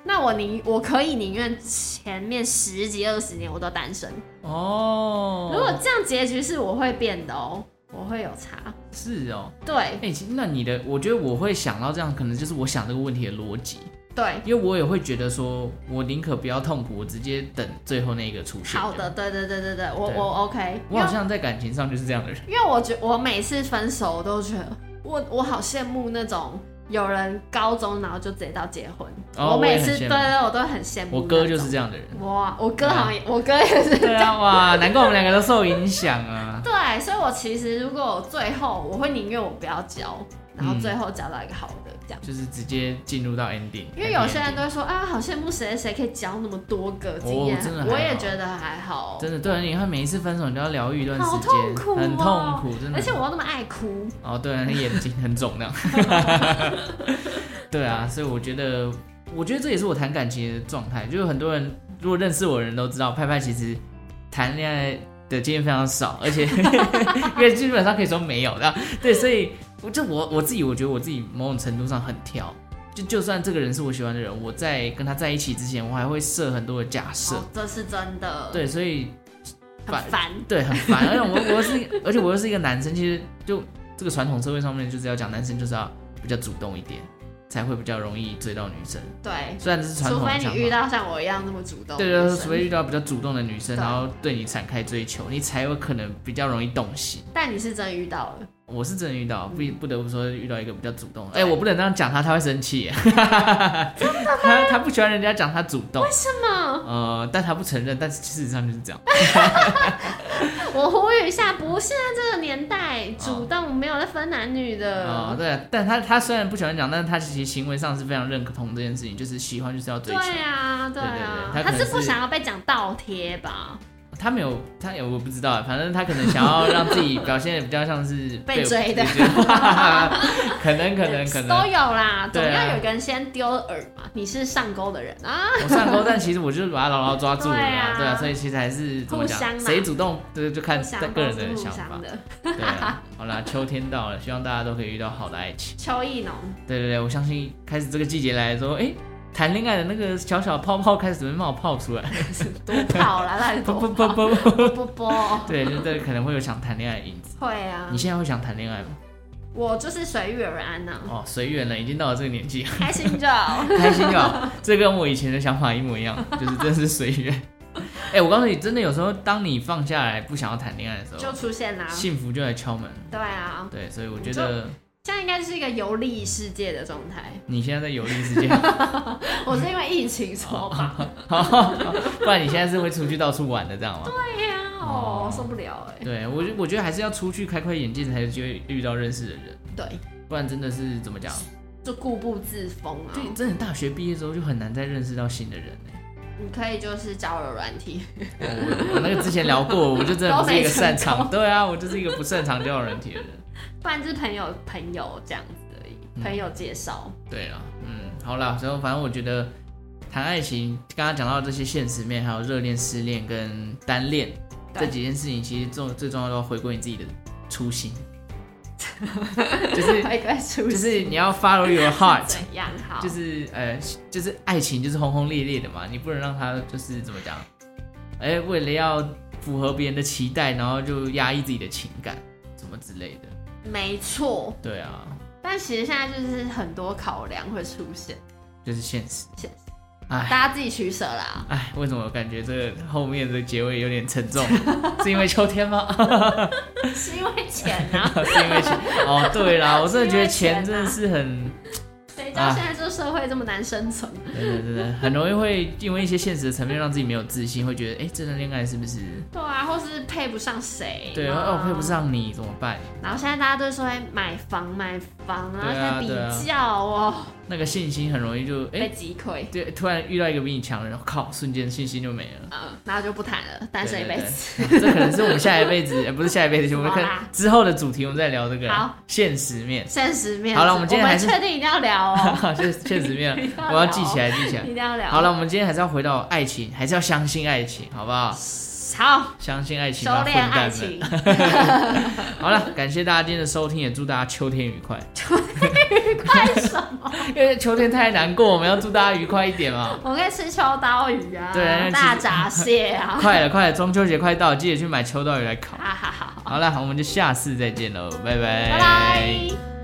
Speaker 3: 那我宁我可以宁愿前面十几二十年我都单身。
Speaker 1: 哦，
Speaker 3: 如果这样结局是我会变的哦，我会有差。
Speaker 1: 是哦，
Speaker 3: 对
Speaker 1: 哎、其实那你的，我觉得我会想到这样，可能就是我想这个问题的逻辑，
Speaker 3: 对，
Speaker 1: 因为我也会觉得说，我宁可不要痛苦，我直接等最后那个出现。
Speaker 3: 好的，，对对对对对，我
Speaker 1: 对
Speaker 3: 我 OK。
Speaker 1: 我好像在感情上就是这样的人。
Speaker 3: 因为我觉我每次分手我都觉得我我好羡慕那种有人高中然后就直接到结婚，
Speaker 1: 哦
Speaker 3: 我
Speaker 1: 我
Speaker 3: 每
Speaker 1: 也很
Speaker 3: 次
Speaker 1: 羡
Speaker 3: 对
Speaker 1: 慕
Speaker 3: 对我都很羡慕。
Speaker 1: 我哥就是这样嗯 的人。
Speaker 3: 样。哇，我哥好像也、我哥也是。
Speaker 1: 对啊，哇，难怪我们两个都受影响啊。
Speaker 3: 对，所以我其实如果我最后我会宁愿我不要交，然后
Speaker 1: 嗯
Speaker 3: 最后交到一个好的这样。
Speaker 1: 就是直接进入到 ending，
Speaker 3: 因为有些人都会说啊，好羡慕谁谁谁可以交那么多个经验
Speaker 1: 哦，真的还好
Speaker 3: 我也觉得还好，
Speaker 1: 真的对啊，你看每一次分手，你都要疗愈一段时
Speaker 3: 好
Speaker 1: 间，
Speaker 3: 痛苦、哦，
Speaker 1: 很痛苦，真的很痛苦。
Speaker 3: 而且我又那么爱哭，
Speaker 1: 哦，对啊，你眼睛很肿那样。对啊，所以我觉得，我觉得这也是我谈感情的状态。就是很多人如果认识我的人都知道，派派其实谈恋爱的经验非常少，而且因为基本上可以说没有的。对，所以我就我我自己，我觉得我自己某种程度上很挑。就就算这个人是我喜欢的人，我在跟他在一起之前，我还会设很多的假设。
Speaker 3: 哦这是真的，，
Speaker 1: 对，所以
Speaker 3: 很烦，
Speaker 1: 对，很烦。而且我我是，而且我又是一个男生，其实就这个传统社会上面就是要讲男生就是要比较主动一点，才会比较容易追到女生。
Speaker 3: 对，
Speaker 1: 虽然这是传
Speaker 3: 除
Speaker 1: 统的
Speaker 3: 非
Speaker 1: 想
Speaker 3: 你遇
Speaker 1: 法。
Speaker 3: 到像我一样那么主动的
Speaker 1: 对
Speaker 3: 女
Speaker 1: 对，
Speaker 3: 生，
Speaker 1: 对除非遇到比较主动的女生，
Speaker 3: 对
Speaker 1: 然后对你展开追求，你才有可能比较容易动心。
Speaker 3: 但你是真的遇到了，
Speaker 1: 我是真的遇到，不不得不说遇到一个比较主动的。哎、
Speaker 3: 对
Speaker 1: 我不能这样讲他，他会生气耶。他他不喜欢人家讲他主动，
Speaker 3: 真的，
Speaker 1: 呃，但他不承认，但是事实上就是这样。
Speaker 3: 我呼吁一下，不是在这个年代，主动没有在分男女
Speaker 1: 啊、
Speaker 3: 的，
Speaker 1: 对啊，但他他虽然不喜欢讲，但是他其实行为上是非常认同这件事情，就是喜欢就是要追
Speaker 3: 对
Speaker 1: 求。
Speaker 3: 啊，对
Speaker 1: 对
Speaker 3: 啊，
Speaker 1: 对对他可
Speaker 3: 他
Speaker 1: 能
Speaker 3: 是不
Speaker 1: 是
Speaker 3: 想要被讲倒贴吧，
Speaker 1: 他没有，他有我不知道啊，反正他可能想要让自己表现的比较像是
Speaker 3: 被追的
Speaker 1: 可能可能可
Speaker 3: 都
Speaker 1: 能。
Speaker 3: 有啦，总
Speaker 1: 对啊
Speaker 3: 要有个人先丢饵嘛。你是上钩的人啊，
Speaker 1: 我上钩，但其实我就是把他牢牢抓住了
Speaker 3: 对
Speaker 1: 啊，
Speaker 3: 啊
Speaker 1: 对啊，所以其实还是怎么
Speaker 3: 互相
Speaker 1: 讲，
Speaker 3: 嘛
Speaker 1: 谁主动，对，就看
Speaker 3: 互相
Speaker 1: 个人
Speaker 3: 都是
Speaker 1: 的
Speaker 3: 互
Speaker 1: 想法
Speaker 3: 相。的。
Speaker 1: 对啊，好啦，秋天到了，希望大家都可以遇到好的爱情。
Speaker 3: 邱意农，
Speaker 1: 对对对，我相信开始这个季节来的时候，哎，谈恋爱的那个小小泡泡开始准备冒泡 出来，
Speaker 3: 多跑 啦，那是
Speaker 1: 不不
Speaker 3: 多
Speaker 1: 不不不。
Speaker 3: 不不不，
Speaker 1: 对，就这可能会有想谈恋爱的影子。
Speaker 3: 会啊
Speaker 1: 你，现在会想谈恋爱吗？
Speaker 3: 我就是随遇而安呐，
Speaker 1: 哦，随缘了，已经到了这个年纪，
Speaker 3: 开心就好。
Speaker 1: 开心就好。这跟我以前的想法一模一样，就是真是随缘。哎、我告诉你，真的有时候，当你放下来不想要谈恋爱的时
Speaker 3: 就啊
Speaker 1: 候，
Speaker 3: 出现啦，
Speaker 1: 幸福就来敲门。
Speaker 3: 对啊，
Speaker 1: 对，所以我觉得
Speaker 3: 现在应该是一个游历世界的状态。
Speaker 1: 你现在在游历世界，
Speaker 3: 我是因为疫情所绑，
Speaker 1: 不然你现在是会出去到处玩的，这样吗？
Speaker 3: 对哎呀，哦，受不了哎，
Speaker 1: 对，我觉我觉得还是要出去开开眼界，才有机会遇到认识的人，
Speaker 3: 对，
Speaker 1: 不然真的是怎么讲？
Speaker 3: 就固步自封啊
Speaker 1: 就。真的大学毕业之后就很难再认识到新的人、欸
Speaker 3: 你可以就是交友软体，
Speaker 1: 我我那个之前聊过，我就真的不是一个擅
Speaker 3: 都
Speaker 1: 长，对啊，我就是一个不擅长交友软体的人。
Speaker 3: 不然就是朋友朋友这样子而
Speaker 1: 嗯
Speaker 3: 已，朋友介绍。
Speaker 1: 对了，嗯，好啦，所以反正我觉得谈爱情，刚刚讲到这些现实面，还有热恋、失恋跟单恋
Speaker 3: 对
Speaker 1: 这几件事情，其实重最重要的要回归你自己的初心， 就是
Speaker 3: 乖乖出
Speaker 1: 就是你要 follow your heart。
Speaker 3: 怎样好？
Speaker 1: 就是呃，就是爱情就是轰轰烈烈的嘛，你不能让它就是怎么讲，哎、为了要符合别人的期待，然后就压抑自己的情感，什么之类的。
Speaker 3: 没错，
Speaker 1: 对啊，
Speaker 3: 但其实现在就是很多考量会出现，
Speaker 1: 就是现实。
Speaker 3: 现实
Speaker 1: 哎
Speaker 3: 大家自己取 舍啦。
Speaker 1: 哎，为什么我感觉这个后面的结尾有点沉重？ 是因为秋天吗？
Speaker 3: 是因为钱啊，
Speaker 1: 是因为钱？哦，对啦，我真的觉得钱
Speaker 3: 是因
Speaker 1: 真
Speaker 3: 为钱啊
Speaker 1: 的是 很，
Speaker 3: 谁
Speaker 1: 啊
Speaker 3: 叫现在这社会这么难生存？
Speaker 1: 真的真的很容易会因为一些现实的层面让自己没有自信，会觉得哎、这段恋爱是不是？
Speaker 3: 对啊，或是配不上谁？啊
Speaker 1: 对，
Speaker 3: 然
Speaker 1: 哦
Speaker 3: 后，
Speaker 1: 配不。上你怎么办？
Speaker 3: 然后现在大家都说哎买房买房，然后
Speaker 1: 对啊
Speaker 3: 在比较哦，那
Speaker 1: 那个信心很容易就哎、
Speaker 3: 被击溃，
Speaker 1: 对，突然遇到一个比你强的人，靠，瞬间信心就没了。
Speaker 3: 嗯，然后就不谈了，单身一辈
Speaker 1: 对
Speaker 3: 子。
Speaker 1: 对对这可能是我们下一辈 子，呃不是下一辈子，我们
Speaker 3: 好啦
Speaker 1: 看之后的主题，我们再聊这个
Speaker 3: 好
Speaker 1: 现实面。
Speaker 3: 现实面，
Speaker 1: 好了我们今天还是
Speaker 3: 确定一定要聊哦， 聊，
Speaker 1: 确确实 面
Speaker 3: 一定，要
Speaker 1: 我要
Speaker 3: 聊
Speaker 1: 记起来， 记起来
Speaker 3: 一。定要聊。
Speaker 1: 好了，我们今天还是要回到爱情，还是要相信爱情，好不 好？
Speaker 3: 好，
Speaker 1: 相信爱情
Speaker 3: 收
Speaker 1: 吧，混
Speaker 3: 敛爱
Speaker 1: 蛋们。
Speaker 3: 情，
Speaker 1: 好了，感谢大家今天的收听，也祝大家秋天愉快。
Speaker 3: 快什么？
Speaker 1: 因为秋天太难过，我们要祝大家愉快一点 嘛。
Speaker 3: 我可以吃秋刀鱼啊，
Speaker 1: 对那其实
Speaker 3: 大闸蟹啊，
Speaker 1: 快了，快了，中秋节快到了，记得去买秋刀鱼来烤。
Speaker 3: 哈哈哈，
Speaker 1: 好了，好，我们就下次再见喽，拜拜
Speaker 3: 拜拜。